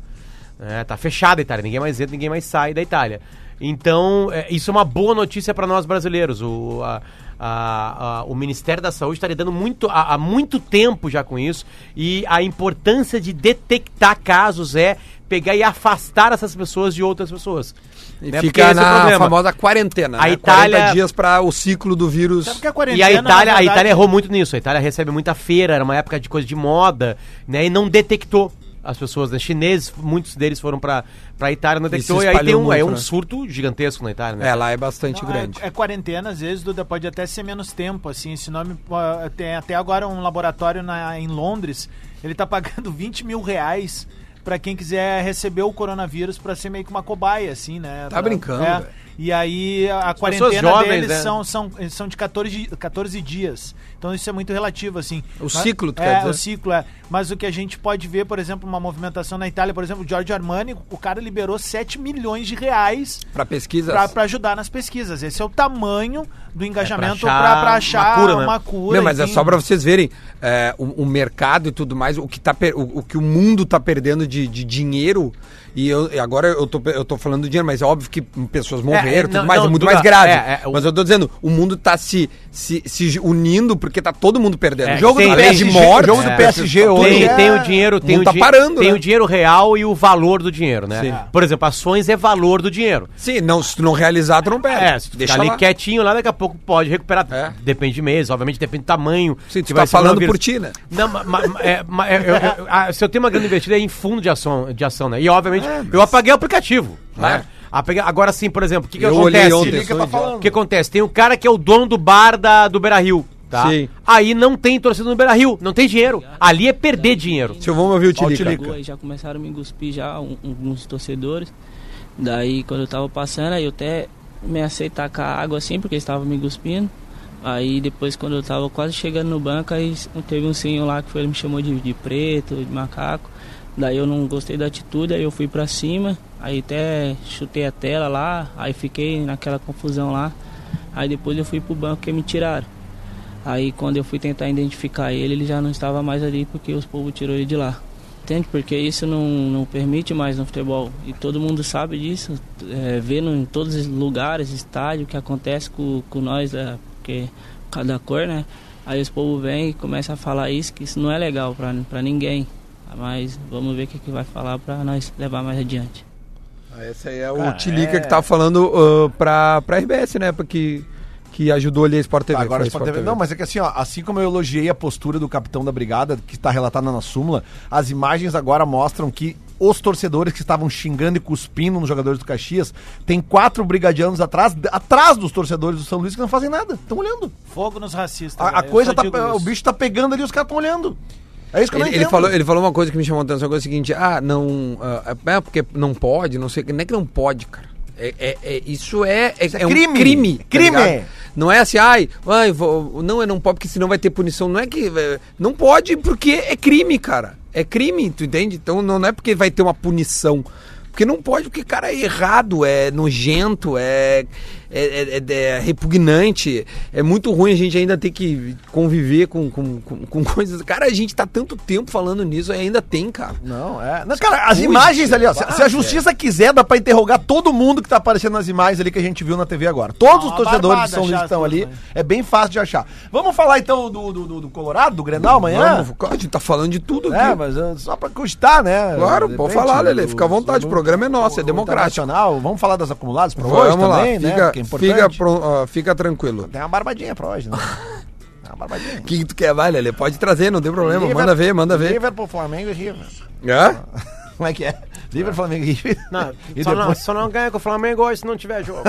Speaker 4: né? tá fechada a Itália, ninguém mais entra, ninguém mais sai da Itália. Então, é, isso é uma boa notícia para nós brasileiros. O, a- a- a- o Ministério da Saúde está lidando muito, há, há muito tempo já com isso. E a importância de detectar casos é pegar e afastar essas pessoas de outras pessoas.
Speaker 2: E
Speaker 4: Né? Porque
Speaker 2: fica
Speaker 4: esse é o
Speaker 2: na
Speaker 4: problema.
Speaker 2: famosa quarentena,
Speaker 4: A
Speaker 2: né?
Speaker 4: Itália-
Speaker 2: 40 dias para o ciclo do vírus.
Speaker 6: Sabe que é a
Speaker 4: E
Speaker 6: quarentena,
Speaker 4: a
Speaker 6: na
Speaker 4: Itália, a
Speaker 6: verdade,
Speaker 4: Itália errou muito nisso. A Itália recebe muita feira, era uma época de coisa de moda, né? E não detectou as pessoas, né? Chineses, muitos deles foram pra, pra Itália, não detectou. E,
Speaker 2: se
Speaker 4: aí tem um,
Speaker 2: espalhou
Speaker 4: é
Speaker 2: muito,
Speaker 4: um
Speaker 2: né?
Speaker 4: surto gigantesco na Itália, né?
Speaker 2: É, lá é bastante
Speaker 6: Não,
Speaker 2: grande.
Speaker 6: É, é quarentena, às vezes, Duda, pode até ser menos tempo, assim, esse nome ah, tem até agora um laboratório na- em Londres, ele tá pagando 20 mil reais pra quem quiser receber o coronavírus pra ser meio que uma cobaia, assim, né?
Speaker 2: Tá
Speaker 6: Pra-
Speaker 2: brincando,
Speaker 6: é.
Speaker 2: velho.
Speaker 6: E aí a quarentena
Speaker 4: jovens,
Speaker 6: deles
Speaker 4: né?
Speaker 6: são, são, são de 14, 14 dias, então isso é muito relativo, assim.
Speaker 2: O ciclo, tu
Speaker 6: é,
Speaker 2: quer dizer?
Speaker 6: o ciclo, é. Mas o que a gente pode ver, por exemplo, uma movimentação na Itália, por exemplo, o Giorgio Armani, o cara liberou 7 milhões de reais
Speaker 2: Para pesquisas.
Speaker 6: pra, pra ajudar nas pesquisas. Esse é o tamanho do engajamento
Speaker 4: achar
Speaker 6: pra pra
Speaker 4: uma
Speaker 6: achar,
Speaker 4: cura, né?
Speaker 6: uma cura.
Speaker 2: Não, mas é
Speaker 6: enfim.
Speaker 2: só para vocês verem é, o, o mercado e tudo mais, o que, tá per- o, o que o mundo tá perdendo de, de dinheiro. E eu- e agora eu tô, pe- eu tô falando dinheiro, mas é óbvio que pessoas morreram
Speaker 4: é,
Speaker 2: tudo
Speaker 4: não,
Speaker 2: mais,
Speaker 4: não,
Speaker 2: é muito
Speaker 4: Duda,
Speaker 2: mais grave.
Speaker 4: é, é, o-
Speaker 2: Mas eu tô dizendo, o mundo tá se, se, se unindo porque tá todo mundo perdendo.
Speaker 4: É,
Speaker 2: O jogo
Speaker 4: tem-
Speaker 2: do PSG,
Speaker 4: tem-
Speaker 2: de morte,
Speaker 5: o jogo do PSG
Speaker 2: tá tudo-
Speaker 5: hoje
Speaker 4: Tem,
Speaker 5: é-
Speaker 4: tem o dinheiro, tem,
Speaker 2: Não
Speaker 4: o,
Speaker 2: tá
Speaker 4: di-
Speaker 2: parando,
Speaker 4: tem
Speaker 2: né?
Speaker 4: o dinheiro real e o valor do dinheiro, né?
Speaker 2: Sim.
Speaker 4: Por exemplo, ações é valor do dinheiro.
Speaker 2: Sim, não, se tu não realizar, tu não perde.
Speaker 4: É, se tu
Speaker 2: Deixa
Speaker 4: ficar ali
Speaker 2: lá.
Speaker 4: quietinho lá, daqui a pouco pode recuperar.
Speaker 2: É.
Speaker 4: Depende de mês, obviamente depende do tamanho.
Speaker 2: Sim,
Speaker 4: que
Speaker 2: tu
Speaker 4: vai
Speaker 2: tá
Speaker 4: ser o
Speaker 2: falando
Speaker 4: vírus.
Speaker 2: por ti, né?
Speaker 4: Não, mas, se é, eu tenho uma grande investida é em fundo de ação, de ação né? E obviamente
Speaker 2: É,
Speaker 4: eu apaguei o aplicativo. né? Apaguei- agora sim, por exemplo, o que, que
Speaker 2: Eu
Speaker 4: acontece?
Speaker 2: olhei ontem.
Speaker 5: Liga pra falar.
Speaker 4: O que acontece? Tem um cara que é o dono do bar da, do Beira Rio. Tá?
Speaker 2: Sim.
Speaker 4: Aí não tem torcida no Beira Rio, não tem dinheiro. Ali é perder dinheiro.
Speaker 2: Deixa eu vamos ouvir o
Speaker 5: Ó, o
Speaker 2: Tilica.
Speaker 5: Tilica.
Speaker 7: Chegou aí, já começaram a me cuspir já um- alguns torcedores. Daí quando eu tava passando, aí eu até me aceitar com a água assim, porque eles estavam me cuspindo. Aí depois quando eu tava quase chegando no banco, aí s- teve um senhor lá que foi, ele me chamou de, de preto, de macaco. Daí eu não gostei da atitude, aí eu fui pra cima, aí até chutei a tela lá, aí fiquei naquela confusão lá. Aí depois eu fui pro banco que me tiraram. Aí quando eu fui tentar identificar ele, ele já não estava mais ali porque os povos tirou ele de lá. Entende? Porque isso não, não permite mais no futebol. E todo mundo sabe disso, é, vendo em todos os lugares, estádio, o que acontece com, com nós, é, porque cada cor, né? Aí os povos vêm e começam a falar isso, que isso não é legal pra pra ninguém. Mas vamos ver o que, que vai falar pra nós levar mais adiante.
Speaker 2: Ah, Essa aí é o Tilica que tava falando ah, pra, pra RBS, né? Porque que ajudou ali a Sport TV.
Speaker 5: Agora
Speaker 2: foi a
Speaker 5: Sport TV. Não, mas é que assim, ó, assim como eu elogiei a postura do capitão da brigada, que está relatada na súmula, as imagens agora mostram que os torcedores que estavam xingando e cuspindo nos jogadores do Caxias, tem quatro brigadianos atrás, atrás dos torcedores do São Luís que não fazem nada, estão olhando.
Speaker 6: Fogo nos racistas.
Speaker 5: A, a
Speaker 6: velho, eu
Speaker 5: coisa
Speaker 6: só
Speaker 5: tá,
Speaker 6: digo
Speaker 5: o
Speaker 6: isso.
Speaker 5: bicho tá pegando ali, os caras estão olhando. É isso que eu não
Speaker 2: Ele, ele
Speaker 5: entendo.
Speaker 2: falou, ele falou uma coisa que me chamou a atenção, que é o seguinte, ah, não, ah, é porque não pode, não sei, o que. não é que não pode, cara. É, é- é- isso é, é, é um
Speaker 5: crime.
Speaker 2: crime. tá
Speaker 5: Crime.
Speaker 2: ligado? não é assim, ai, ai, vou- não, eu não pode, porque senão vai ter punição. Não é que. é, não pode, porque é crime, cara. É crime, tu entende? Então não, não é porque vai ter uma punição. Porque não pode, porque, cara, é errado, é nojento, é, é, é- é repugnante, é muito ruim a gente ainda ter que conviver com, com, com, com coisas. Cara, a gente tá tanto tempo falando nisso, ainda tem, cara.
Speaker 5: Não, é. Não, cara, as imagens ali, ó. Se, se a justiça quiser, dá pra interrogar todo mundo que tá aparecendo nas imagens ali que a gente viu na TV agora. Todos
Speaker 6: Ah,
Speaker 5: os
Speaker 6: uma
Speaker 5: torcedores de
Speaker 6: barbada
Speaker 5: São Luís
Speaker 6: achar
Speaker 5: estão
Speaker 6: as
Speaker 5: ali.
Speaker 6: coisas,
Speaker 5: É bem fácil de achar. Vamos falar então do, do, do- do Colorado, do Grenal amanhã?
Speaker 2: Vamos, a gente tá falando de tudo
Speaker 5: É,
Speaker 2: aqui.
Speaker 5: mas uh, só pra custar, né?
Speaker 2: Claro,
Speaker 5: De
Speaker 2: pode
Speaker 5: repente,
Speaker 2: falar,
Speaker 5: né,
Speaker 2: Lele,
Speaker 5: do-
Speaker 2: fica à vontade, o programa é nosso, é
Speaker 5: do
Speaker 2: democrático.
Speaker 5: internacional. Vamos falar das acumuladas pra
Speaker 2: Vamos
Speaker 5: hoje
Speaker 2: lá,
Speaker 5: também, né?
Speaker 2: fica,
Speaker 5: Que é importante.
Speaker 2: fica, pro- ó, fica tranquilo.
Speaker 5: Tem uma barbadinha pra hoje, né? Tem uma barbadinha.
Speaker 2: O que, que tu quer, vai, Lele? Pode trazer, não tem problema. manda ver, manda ver.
Speaker 5: Liverpool, Flamengo e River.
Speaker 2: Hã?
Speaker 5: Como é que é? Liverpool, Flamengo e River.
Speaker 4: Não,
Speaker 5: E
Speaker 4: só, não,
Speaker 5: depois-
Speaker 4: só não ganha com o Flamengo hoje se não tiver jogo.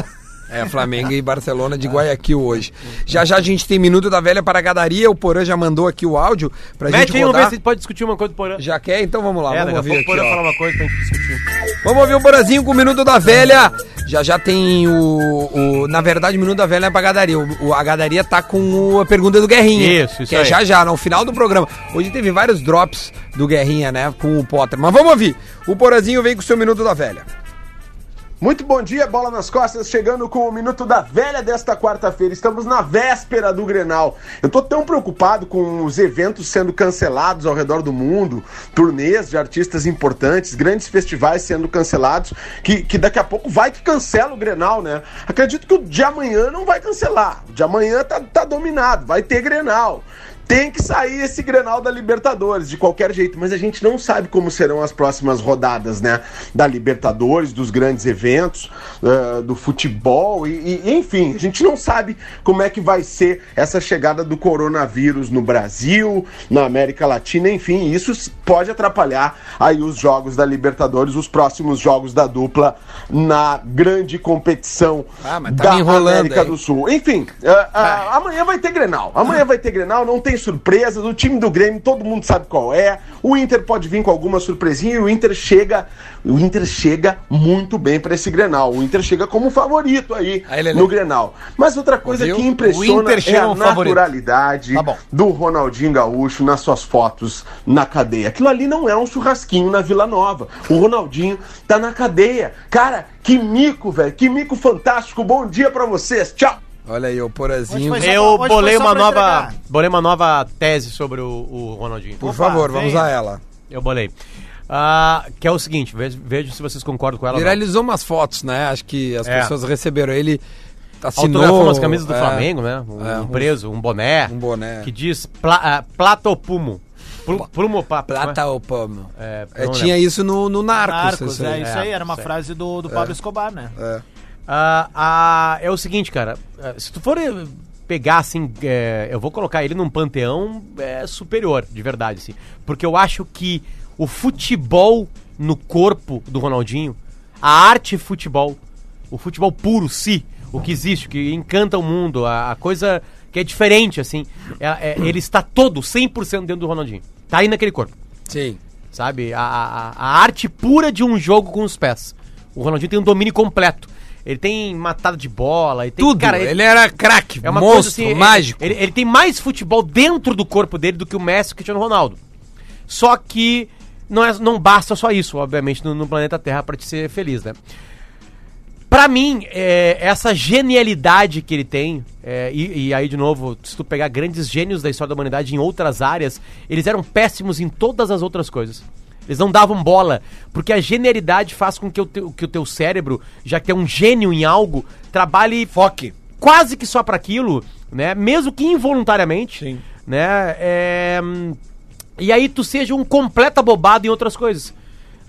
Speaker 2: É, Flamengo e Barcelona de Guayaquil hoje. Já já a gente tem Minuto da Velha para a Gadaria. O Porã já mandou aqui o áudio pra
Speaker 4: Mete
Speaker 2: gente
Speaker 4: aí, vamos ver se a
Speaker 2: rodar.
Speaker 4: gente pode discutir uma coisa do Porã.
Speaker 2: Já quer? Então vamos lá,
Speaker 4: É,
Speaker 2: vamos
Speaker 4: daqui a pouco
Speaker 2: ouvir
Speaker 4: o Porã
Speaker 2: aqui, ó.
Speaker 4: fala uma coisa pra gente discutir.
Speaker 2: Vamos ouvir o Borazinho com o Minuto da Velha. Já já tem o. o- na verdade, o Minuto da Velha é pra Gadaria. O, o- a Gadaria tá com o- a pergunta do Guerrinha.
Speaker 4: Isso, isso
Speaker 2: Que é
Speaker 4: aí.
Speaker 2: já já, no final do programa. Hoje teve vários drops do Guerrinha, né? Com o Potter. Mas vamos ouvir. O Borazinho vem com o seu Minuto da Velha.
Speaker 8: Muito bom dia, bola nas costas, chegando com o minuto da velha desta quarta-feira. Estamos na véspera do Grenal. Eu tô tão preocupado com os eventos sendo cancelados ao redor do mundo, turnês de artistas importantes, grandes festivais sendo cancelados, que, que daqui a pouco vai que cancela o Grenal, né? Acredito que o de amanhã não vai cancelar. O de amanhã tá, tá dominado, vai ter Grenal. Tem que sair esse Grenal da Libertadores, de qualquer jeito, mas a gente não sabe como serão as próximas rodadas, né? Da Libertadores, dos grandes eventos, eh, do futebol, e, e- enfim, a gente não sabe como é que vai ser essa chegada do coronavírus no Brasil, na América Latina, enfim, isso s- pode atrapalhar aí os jogos da Libertadores, os próximos jogos da dupla na grande competição
Speaker 2: Ah, mas tá me enrolando
Speaker 8: América
Speaker 2: aí.
Speaker 8: do Sul. Enfim, ah, ah, amanhã vai ter Grenal. Amanhã vai ter Grenal, não tem surpresas. O time do Grêmio, todo mundo sabe qual é. O Inter pode vir com alguma surpresinha e o Inter chega, o Inter chega muito bem pra esse Grenal. O Inter chega como favorito aí,
Speaker 2: Aí, Lelê.
Speaker 8: no Grenal. Mas outra coisa
Speaker 2: Viu?
Speaker 8: que
Speaker 5: O
Speaker 8: impressiona
Speaker 5: Inter
Speaker 8: é
Speaker 5: chega
Speaker 8: a
Speaker 5: como favorito.
Speaker 8: naturalidade
Speaker 5: Tá bom.
Speaker 8: do Ronaldinho Gaúcho nas suas fotos na cadeia. Aquilo ali não é um churrasquinho na Vila Nova. O Ronaldinho tá na cadeia. Cara, que mico, velho. Que mico fantástico. Bom dia pra vocês. Tchau.
Speaker 2: Olha aí, o Porazinho.
Speaker 6: Hoje foi só-
Speaker 4: Eu
Speaker 6: hoje foi
Speaker 4: bolei
Speaker 6: só
Speaker 4: uma
Speaker 6: pra
Speaker 4: nova,
Speaker 6: entregar.
Speaker 4: bolei uma nova tese sobre o, o Ronaldinho.
Speaker 2: Por
Speaker 6: Opa,
Speaker 2: favor, vamos
Speaker 6: vem.
Speaker 2: a ela.
Speaker 4: Eu bolei. Ah, que é o seguinte, ve- vejam se vocês concordam com ela. ou não.
Speaker 2: Viralizou umas fotos, né? Acho que as
Speaker 4: É.
Speaker 2: pessoas receberam. Ele assinou...
Speaker 4: né? Autografou umas camisas do
Speaker 2: é,
Speaker 4: Flamengo, né? Um,
Speaker 2: é,
Speaker 4: um
Speaker 2: um-
Speaker 4: preso, um boné.
Speaker 2: Um boné.
Speaker 4: Que diz pla, ah, Plata ou Pumo. Pl- Plumo, pa,
Speaker 2: Plata ou pano.
Speaker 4: É,
Speaker 2: É,
Speaker 4: não
Speaker 2: tinha isso no, no Narcos.
Speaker 6: Marcos,
Speaker 2: isso aí.
Speaker 6: é isso aí, era uma
Speaker 4: isso aí.
Speaker 6: frase do, do Pablo Escobar, né?
Speaker 4: Ah, ah, é o seguinte, cara. ah, Se tu for eh, pegar, assim, eh, eu vou colocar ele num panteão eh, superior, de verdade, assim. Porque eu acho que o futebol no corpo do Ronaldinho, a arte futebol, o futebol puro, si, o que existe, o que encanta o mundo, a, a coisa que é diferente, assim, é- é- ele está todo 100% dentro do Ronaldinho. Tá aí naquele corpo
Speaker 2: Sim.
Speaker 4: sabe? A, a, a arte pura de um jogo com os pés. O Ronaldinho tem um domínio completo. Ele tem matada de bola, ele tem
Speaker 2: Tudo.
Speaker 4: cara,
Speaker 2: ele, era craque,
Speaker 4: é uma
Speaker 2: monstro,
Speaker 4: coisa assim, ele-
Speaker 2: mágico.
Speaker 4: Ele, ele tem mais futebol dentro do corpo dele do que o Messi e o Cristiano Ronaldo. Só que não, é, não basta só isso, obviamente, no, no planeta Terra pra te ser feliz, né? Pra mim, é, essa genialidade que ele tem, é, e, e aí de novo, se tu pegar grandes gênios da história da humanidade em outras áreas, eles eram péssimos em todas as outras coisas. Eles não davam bola, porque a genialidade faz com que o teu, que o teu cérebro, já que é um gênio em algo, trabalhe
Speaker 5: Foque.
Speaker 4: quase que só pra aquilo, né? Mesmo que involuntariamente, né? É, hum, E aí tu seja um completo abobado em outras coisas,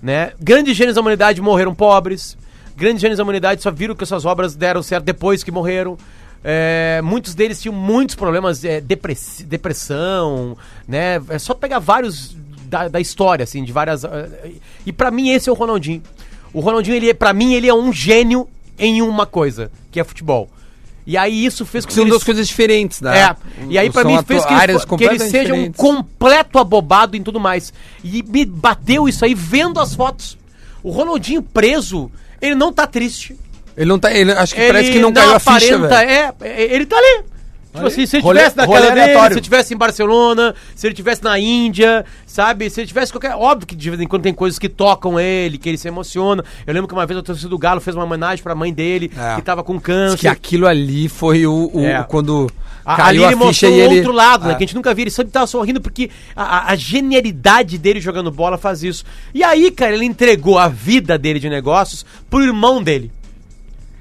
Speaker 4: né? Grandes gênios da humanidade morreram pobres, grandes gênios da humanidade só viram que suas obras deram certo depois que morreram. É, muitos deles tinham muitos problemas, é, depressi- depressão, né? É só pegar vários da, da história, assim, de várias. eh, E pra mim esse é o Ronaldinho. O Ronaldinho, ele, é- pra mim, ele é um gênio em uma coisa, que é futebol. E aí isso fez com
Speaker 2: São
Speaker 4: ele
Speaker 2: duas coisas diferentes, né?
Speaker 4: é. E aí, pra
Speaker 2: São
Speaker 4: mim, fez
Speaker 2: atua-
Speaker 4: que ele,
Speaker 2: áreas
Speaker 4: fo- que ele
Speaker 2: completamente
Speaker 4: seja um
Speaker 2: diferentes.
Speaker 4: completo abobado em tudo mais. E me bateu isso aí vendo as fotos. O Ronaldinho preso, ele não tá triste.
Speaker 2: Ele não tá. Ele, acho que
Speaker 4: Ele
Speaker 2: parece que não caiu a ficha,
Speaker 4: aparenta-
Speaker 2: velho.
Speaker 4: é, é, ele tá ali. Tipo assim, se ele
Speaker 5: Rolê-
Speaker 4: tivesse na
Speaker 5: rolê
Speaker 4: casa dele, se
Speaker 5: aleatório.
Speaker 4: ele tivesse em Barcelona, se ele tivesse na Índia, sabe? Se ele tivesse qualquer. Óbvio que de vez em quando tem coisas que tocam ele, que ele se emociona. Eu lembro que uma vez o torcedor do Galo fez uma homenagem pra mãe dele,
Speaker 2: É.
Speaker 4: que tava com
Speaker 2: Diz
Speaker 4: câncer.
Speaker 2: Que aquilo ali foi o. o-
Speaker 4: É.
Speaker 2: Quando
Speaker 4: A-
Speaker 2: caiu
Speaker 4: ali ele
Speaker 2: a ficha
Speaker 4: mostrou
Speaker 2: e ele.
Speaker 4: o outro lado, né?
Speaker 2: Ah.
Speaker 4: Que a gente nunca viu. Ele sempre tava sorrindo porque a, a- a genialidade dele jogando bola faz isso. E aí, cara, ele entregou a vida dele de negócios pro irmão dele.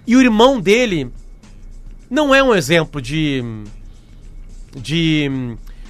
Speaker 4: E o irmão dele não é um exemplo de. de.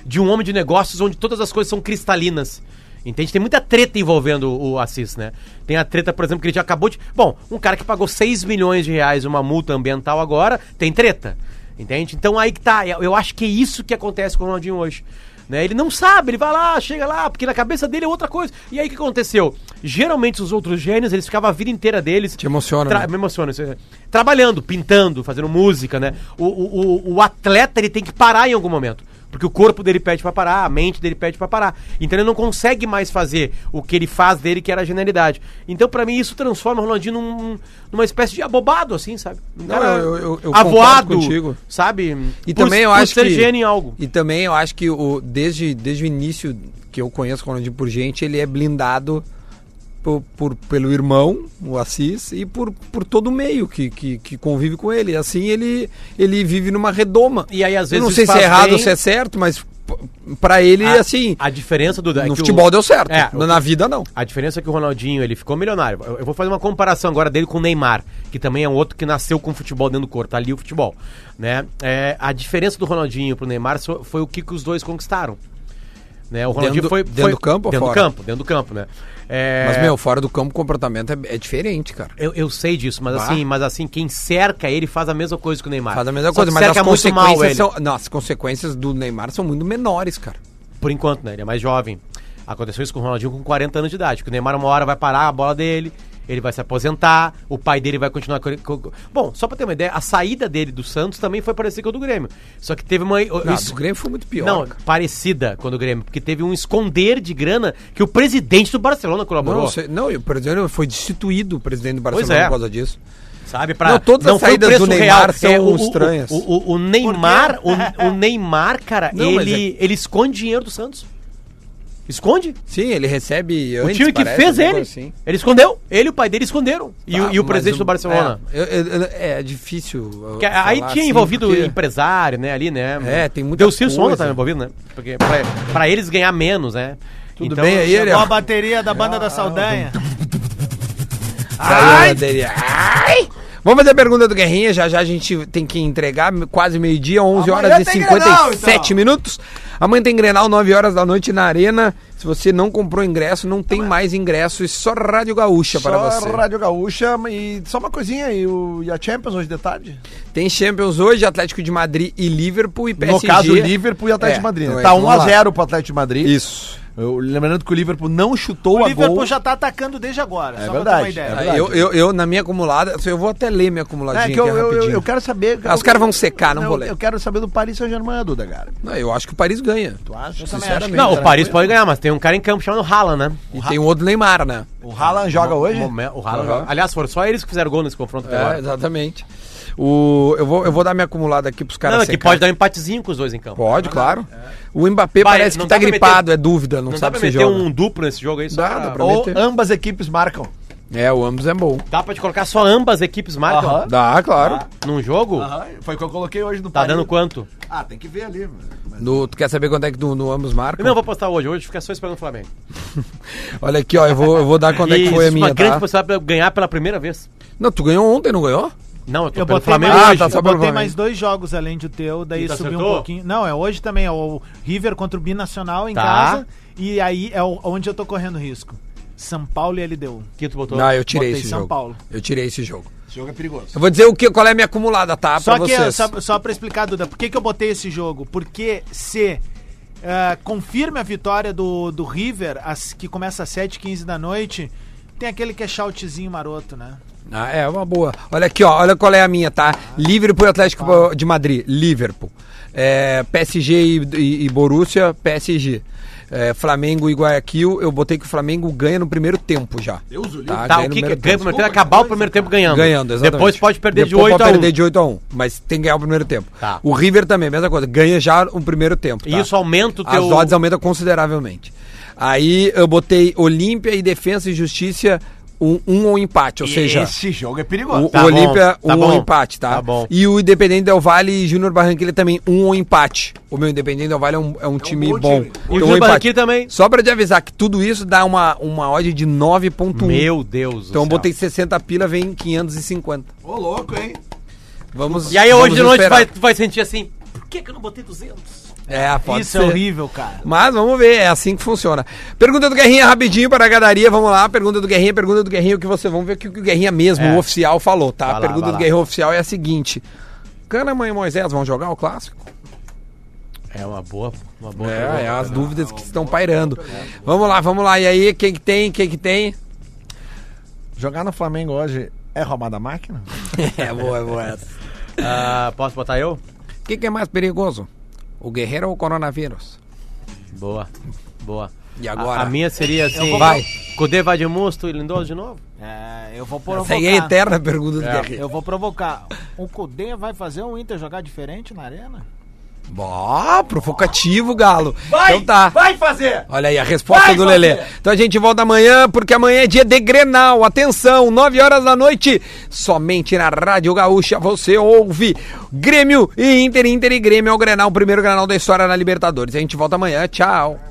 Speaker 4: de um homem de negócios onde todas as coisas são cristalinas. Entende? Tem muita treta envolvendo o Assis, né? Tem a treta, por exemplo, que ele já acabou de. Bom, um cara que pagou 6 milhões de reais uma multa ambiental agora, tem treta. Entende? Então aí que tá. Eu eu acho que é isso que acontece com o Ronaldinho hoje. Né? Ele não sabe, ele vai lá, chega lá, porque na cabeça dele é outra coisa. E aí o que aconteceu? Geralmente os outros gênios, eles ficavam a vida inteira deles.
Speaker 2: Te emociona,
Speaker 4: Tra-
Speaker 2: né?
Speaker 4: Me emociona. isso é. Trabalhando, pintando, fazendo música, né? O, o, o, o atleta, ele tem que parar em algum momento. Porque o corpo dele pede pra parar, a mente dele pede pra parar. Então ele não consegue mais fazer o que ele faz dele, que era a genialidade. Então, pra mim, isso transforma o Ronaldinho num- numa espécie de abobado, assim, sabe? Um
Speaker 2: Não, eu- eu- eu
Speaker 4: avoado,
Speaker 2: concordo contigo.
Speaker 4: sabe?
Speaker 2: E também eu acho
Speaker 4: ser
Speaker 2: que
Speaker 4: gênio em algo.
Speaker 2: E também eu acho que o desde desde o início que eu conheço o Ronaldinho por gente, ele é blindado por, por- pelo irmão, o Assis, e por, por todo o meio que, que, que convive com ele. Assim ele ele vive numa redoma.
Speaker 4: E aí, às
Speaker 2: eu
Speaker 4: vezes,
Speaker 2: não sei se
Speaker 4: faz
Speaker 2: é errado
Speaker 4: bem.
Speaker 2: ou se é certo, mas p- pra ele
Speaker 4: A-
Speaker 2: assim,
Speaker 4: A diferença do. é que
Speaker 2: no
Speaker 4: o-
Speaker 2: futebol deu certo, né?
Speaker 4: É,
Speaker 2: na, na vida não.
Speaker 4: A diferença é que o Ronaldinho, ele ficou milionário. Eu, eu vou fazer uma comparação agora dele com o Neymar, que também é um outro que nasceu com o futebol dentro do corpo, tá ali o futebol, né? É, a diferença do Ronaldinho pro Neymar so- foi o que, que os dois conquistaram. Né? O Ronaldinho
Speaker 2: Dentro do-
Speaker 4: foi,
Speaker 2: dentro
Speaker 4: foi-
Speaker 2: do campo ou
Speaker 4: dentro
Speaker 2: fora?
Speaker 4: do campo, dentro do campo, né? É,
Speaker 2: Mas meu, fora do campo o comportamento é, é diferente, cara.
Speaker 4: eu, eu sei disso, mas
Speaker 2: Bah.
Speaker 4: assim, mas assim, quem cerca ele faz a mesma coisa que o Neymar.
Speaker 2: Faz a mesma
Speaker 4: Ah, Só que
Speaker 2: coisa, mas as
Speaker 4: cerca muito mal
Speaker 2: consequências
Speaker 4: ele.
Speaker 2: são, não, as consequências do Neymar são muito menores, cara.
Speaker 4: Por enquanto, né? Ele é mais jovem. Aconteceu isso com o Ronaldinho com 40 anos de idade. Que o Neymar uma hora vai parar a bola dele, ele vai se aposentar, o pai dele vai continuar. com ele- com- com- Bom, só pra ter uma ideia, a saída dele do Santos também foi parecida com a do Grêmio. Só que teve uma.
Speaker 2: Não,
Speaker 4: isso-
Speaker 2: do Grêmio foi muito pior.
Speaker 4: não,
Speaker 2: cara.
Speaker 4: parecida com a do Grêmio, porque teve um esconder de grana que o presidente do Barcelona colaborou.
Speaker 2: Não, você, não, e o presidente foi destituído, o presidente do Barcelona,
Speaker 4: Pois é.
Speaker 2: por causa disso.
Speaker 4: Sabe? Pra,
Speaker 2: Não, todas as
Speaker 4: foi o
Speaker 2: saídas
Speaker 4: preço É,
Speaker 2: do Neymar são
Speaker 4: o- o-
Speaker 2: estranhas.
Speaker 4: O, o- o Neymar, o, o Neymar, cara,
Speaker 2: Não, mas é
Speaker 4: ele, ele esconde dinheiro do Santos. Esconde?
Speaker 2: Sim, ele recebe
Speaker 4: O
Speaker 2: antes,
Speaker 4: time que
Speaker 2: parece,
Speaker 4: fez
Speaker 2: alguma
Speaker 4: ele.
Speaker 2: coisa assim.
Speaker 4: Ele escondeu. Ele e o pai dele esconderam. e,
Speaker 2: Tá,
Speaker 4: o- e o
Speaker 2: mas
Speaker 4: presidente do Barcelona.
Speaker 2: É, eu- eu- é, é difícil. eu
Speaker 4: Que aí
Speaker 2: falar
Speaker 4: tinha
Speaker 2: assim,
Speaker 4: envolvido
Speaker 2: porque-
Speaker 4: empresário, né, ali, né?
Speaker 2: É, tem muita
Speaker 4: Deu Silson
Speaker 2: coisa.
Speaker 4: estava envolvido, né? Porque pra, pra eles ganhar menos, né?
Speaker 2: Tudo bem, aí ele.
Speaker 6: Ó, a bateria da banda da Saldanha.
Speaker 2: Ai! Ai! Vamos fazer a pergunta do Guerrinha, já já a gente tem que entregar, quase meio-dia, 11
Speaker 5: Amanhã
Speaker 2: horas e
Speaker 5: tem Grenal,
Speaker 2: 57
Speaker 4: então.
Speaker 2: minutos. Amanhã tem Grenal, 9 horas da noite na Arena. Se você não comprou ingresso, não tem mais ingresso, e só Rádio Gaúcha para
Speaker 5: Só
Speaker 2: você.
Speaker 5: Rádio Gaúcha e só uma coisinha, e, o, e a Champions hoje de tarde?
Speaker 2: Tem Champions hoje, Atlético de Madrid e Liverpool e PSG.
Speaker 5: No caso, o Liverpool e Atlético
Speaker 2: É,
Speaker 5: de Madrid.
Speaker 2: então
Speaker 5: né?
Speaker 2: é,
Speaker 5: Tá
Speaker 2: vamos
Speaker 5: 1x0 pro Atlético de Madrid.
Speaker 2: Isso.
Speaker 5: Eu- lembrando que o Liverpool não chutou
Speaker 6: O
Speaker 5: a
Speaker 6: Liverpool
Speaker 5: gol.
Speaker 6: já tá atacando desde agora,
Speaker 5: É
Speaker 6: só
Speaker 5: verdade,
Speaker 6: pra ter
Speaker 5: é
Speaker 6: uma
Speaker 5: verdade.
Speaker 6: ideia.
Speaker 2: Ah, Eu, eu, eu, na minha acumulada, eu vou até ler minha acumuladinha
Speaker 5: É
Speaker 2: tá aqui
Speaker 5: que eu, eu, eu,
Speaker 2: rapidinho.
Speaker 5: eu quero saber.
Speaker 2: Ah, os caras vão secar, não
Speaker 5: eu,
Speaker 2: vou ler.
Speaker 5: Eu quero saber do Paris Saint-Germain, Duda, cara. né?
Speaker 2: Não, eu acho que o Paris ganha.
Speaker 5: Tu acha?
Speaker 6: Sinceramente.
Speaker 4: Não, o Paris pode ganhar, mas tem um cara em campo chamado Haaland, né?
Speaker 2: E tem o outro Neymar, né?
Speaker 5: O Haaland joga hoje?
Speaker 4: O, Momen- o Haaland.
Speaker 2: Aham.
Speaker 4: Aliás, foram só eles que fizeram gol nesse confronto até
Speaker 2: É,
Speaker 4: agora.
Speaker 2: exatamente. O, eu, vou, eu vou dar minha acumulada aqui pros caras.
Speaker 4: Não, é que
Speaker 2: secar.
Speaker 4: pode dar um empatezinho com os dois em campo.
Speaker 2: Pode, claro. O Mbappé
Speaker 4: Vai,
Speaker 2: parece
Speaker 4: não
Speaker 2: que tá
Speaker 4: dá pra
Speaker 2: gripado,
Speaker 4: meter-
Speaker 2: é dúvida, não,
Speaker 4: Não, dá
Speaker 2: sabe
Speaker 4: pra
Speaker 2: se
Speaker 4: meter
Speaker 2: joga.
Speaker 4: um Ah, duplo nesse jogo aí? só
Speaker 2: Dá,
Speaker 4: pra-
Speaker 2: dá pra
Speaker 5: Ou
Speaker 2: meter.
Speaker 5: ambas equipes marcam.
Speaker 2: É, o ambos é bom.
Speaker 4: Dá pra te colocar só ambas equipes marcam
Speaker 5: Aham.
Speaker 2: Dá, claro.
Speaker 4: num jogo?
Speaker 5: Foi o que eu coloquei hoje no
Speaker 4: Tá dando quanto?
Speaker 5: Ah, tem que ver ali. mano.
Speaker 2: No- tu quer saber quanto é que no, no ambos marca?
Speaker 4: Eu não vou postar hoje, hoje fica só esperando o Flamengo.
Speaker 2: Olha aqui, ó, eu vou, eu vou dar quanto é que
Speaker 4: E
Speaker 2: foi a
Speaker 4: existe
Speaker 2: minha,
Speaker 4: uma grande
Speaker 2: tá?
Speaker 4: possibilidade pra eu ganhar pela primeira vez.
Speaker 2: Não, tu ganhou ontem, não ganhou?
Speaker 4: Não, eu tô
Speaker 6: Eu
Speaker 4: pelo
Speaker 6: botei,
Speaker 4: Flamengo
Speaker 6: mais,
Speaker 2: Ah,
Speaker 4: hoje.
Speaker 2: tá, só pelo
Speaker 6: eu botei
Speaker 2: Flamengo.
Speaker 6: mais dois jogos além do teu, daí
Speaker 4: E tu
Speaker 6: subiu um
Speaker 4: acertou?
Speaker 6: pouquinho. Não, é hoje também, é o River contra o Binacional em
Speaker 4: Tá.
Speaker 6: casa. E aí é o- onde eu tô correndo risco. São Paulo e LDU.
Speaker 4: Que tu botou?
Speaker 2: Não, Ah, eu tirei
Speaker 6: Botei
Speaker 2: esse
Speaker 6: São
Speaker 2: jogo.
Speaker 6: Paulo.
Speaker 2: Eu tirei esse jogo.
Speaker 5: Esse jogo é perigoso.
Speaker 2: Eu vou dizer o que, qual é a minha acumulada, tá?
Speaker 6: Só
Speaker 2: pra
Speaker 6: que, é
Speaker 2: vocês.
Speaker 6: só, só pra explicar, Duda, por que, que eu botei esse jogo? Porque se ah, confirme a vitória do, do River, às- que começa às 7h15 da noite, tem aquele que é shoutzinho maroto, né?
Speaker 2: Ah, é uma boa. Olha aqui, ó, olha qual é a minha, tá? Liverpool e Atlético de Madrid, Liverpool. É, PSG e, e- e Borussia, PSG. É, Flamengo e Guayaquil, eu botei que o Flamengo ganha no primeiro tempo já. Deus tá,
Speaker 4: Tá,
Speaker 2: ganha
Speaker 4: o
Speaker 2: no
Speaker 4: que que
Speaker 2: primeiro
Speaker 4: ganha
Speaker 2: tempo.
Speaker 4: primeiro tempo é acabar o primeiro tempo ganhando.
Speaker 2: Ganhando, exatamente.
Speaker 4: Depois pode perder
Speaker 2: Depois
Speaker 4: de 8
Speaker 2: pode
Speaker 4: a 1.
Speaker 2: perder de 8 a 1, mas tem que ganhar o primeiro tempo.
Speaker 4: Tá.
Speaker 2: O River também, mesma coisa, ganha já o primeiro tempo.
Speaker 4: E
Speaker 2: tá?
Speaker 4: isso aumenta o
Speaker 2: As
Speaker 4: teu...
Speaker 2: odds aumentam consideravelmente. Aí eu botei Olímpia e Defesa e Justiça um, um ou empate, ou seja...
Speaker 5: Esse jogo é perigoso.
Speaker 2: O,
Speaker 4: Tá
Speaker 2: o
Speaker 4: bom,
Speaker 2: Olímpia,
Speaker 4: tá
Speaker 2: um
Speaker 4: bom,
Speaker 2: empate, tá?
Speaker 4: tá bom.
Speaker 2: E o Independente Del Vale e Júnior Barranquilla também, um empate. O meu Independente Del Vale é um, é um time
Speaker 5: bom
Speaker 2: bom.
Speaker 5: time.
Speaker 2: Então,
Speaker 4: E o
Speaker 2: um
Speaker 4: Júnior
Speaker 2: empate.
Speaker 4: Barranquilla também.
Speaker 2: Só pra te avisar que tudo isso dá uma, uma odd de 9.1.
Speaker 4: Meu Deus do
Speaker 2: Então eu
Speaker 4: céu.
Speaker 2: botei 60 pila, vem 550.
Speaker 5: Ô, louco, hein?
Speaker 2: Vamos
Speaker 4: E aí
Speaker 2: vamos
Speaker 4: hoje de noite tu
Speaker 2: esperar.
Speaker 4: vai, tu vai sentir assim, por que que eu não botei 200?
Speaker 2: É, pode
Speaker 6: Isso
Speaker 2: ser.
Speaker 6: é horrível, cara.
Speaker 2: Mas vamos ver, é assim que funciona. Pergunta do Guerrinha rapidinho para a gadaria, vamos lá. Pergunta do Guerrinha, pergunta do Guerrinha, o que você... Vamos ver o que o Guerrinha mesmo,
Speaker 4: É.
Speaker 2: o oficial, falou, tá?
Speaker 4: Vai
Speaker 2: a
Speaker 4: lá,
Speaker 2: pergunta
Speaker 4: vai
Speaker 2: do
Speaker 4: lá.
Speaker 2: Guerrinha oficial é a seguinte. Cana, mãe e Moisés vão jogar o clássico?
Speaker 4: É uma boa, uma boa pergunta.
Speaker 2: É, é as dúvidas que estão pairando. Vamos lá, vamos lá. E aí, quem que tem? Quem que tem?
Speaker 5: Jogar no Flamengo hoje é roubar da máquina?
Speaker 2: É boa, é boa essa.
Speaker 4: Ah, posso botar eu?
Speaker 2: O que, que é mais perigoso? O guerreiro ou o coronavírus?
Speaker 4: Boa, boa.
Speaker 2: E agora?
Speaker 4: A, a minha seria assim...
Speaker 2: vou- Vai.
Speaker 4: Cudê vai de Musto e Lindoso de novo?
Speaker 6: É, eu vou
Speaker 2: Essa
Speaker 6: provocar.
Speaker 2: aí é a eterna pergunta do guerreiro.
Speaker 6: Eu vou provocar. O Cudê vai fazer o Inter jogar diferente na arena?
Speaker 2: Ó, provocativo, Galo. então tá.
Speaker 5: Vai fazer!
Speaker 2: Olha aí a resposta
Speaker 5: Vai,
Speaker 2: do Lelê.
Speaker 5: Fabinho.
Speaker 2: Então a gente volta amanhã, porque amanhã é dia de Grenal. Atenção, 9 horas da noite, somente na Rádio Gaúcha você ouve Grêmio e Inter, Inter e Grêmio é o Grenal, o primeiro Grenal da história na Libertadores. A gente volta amanhã, tchau.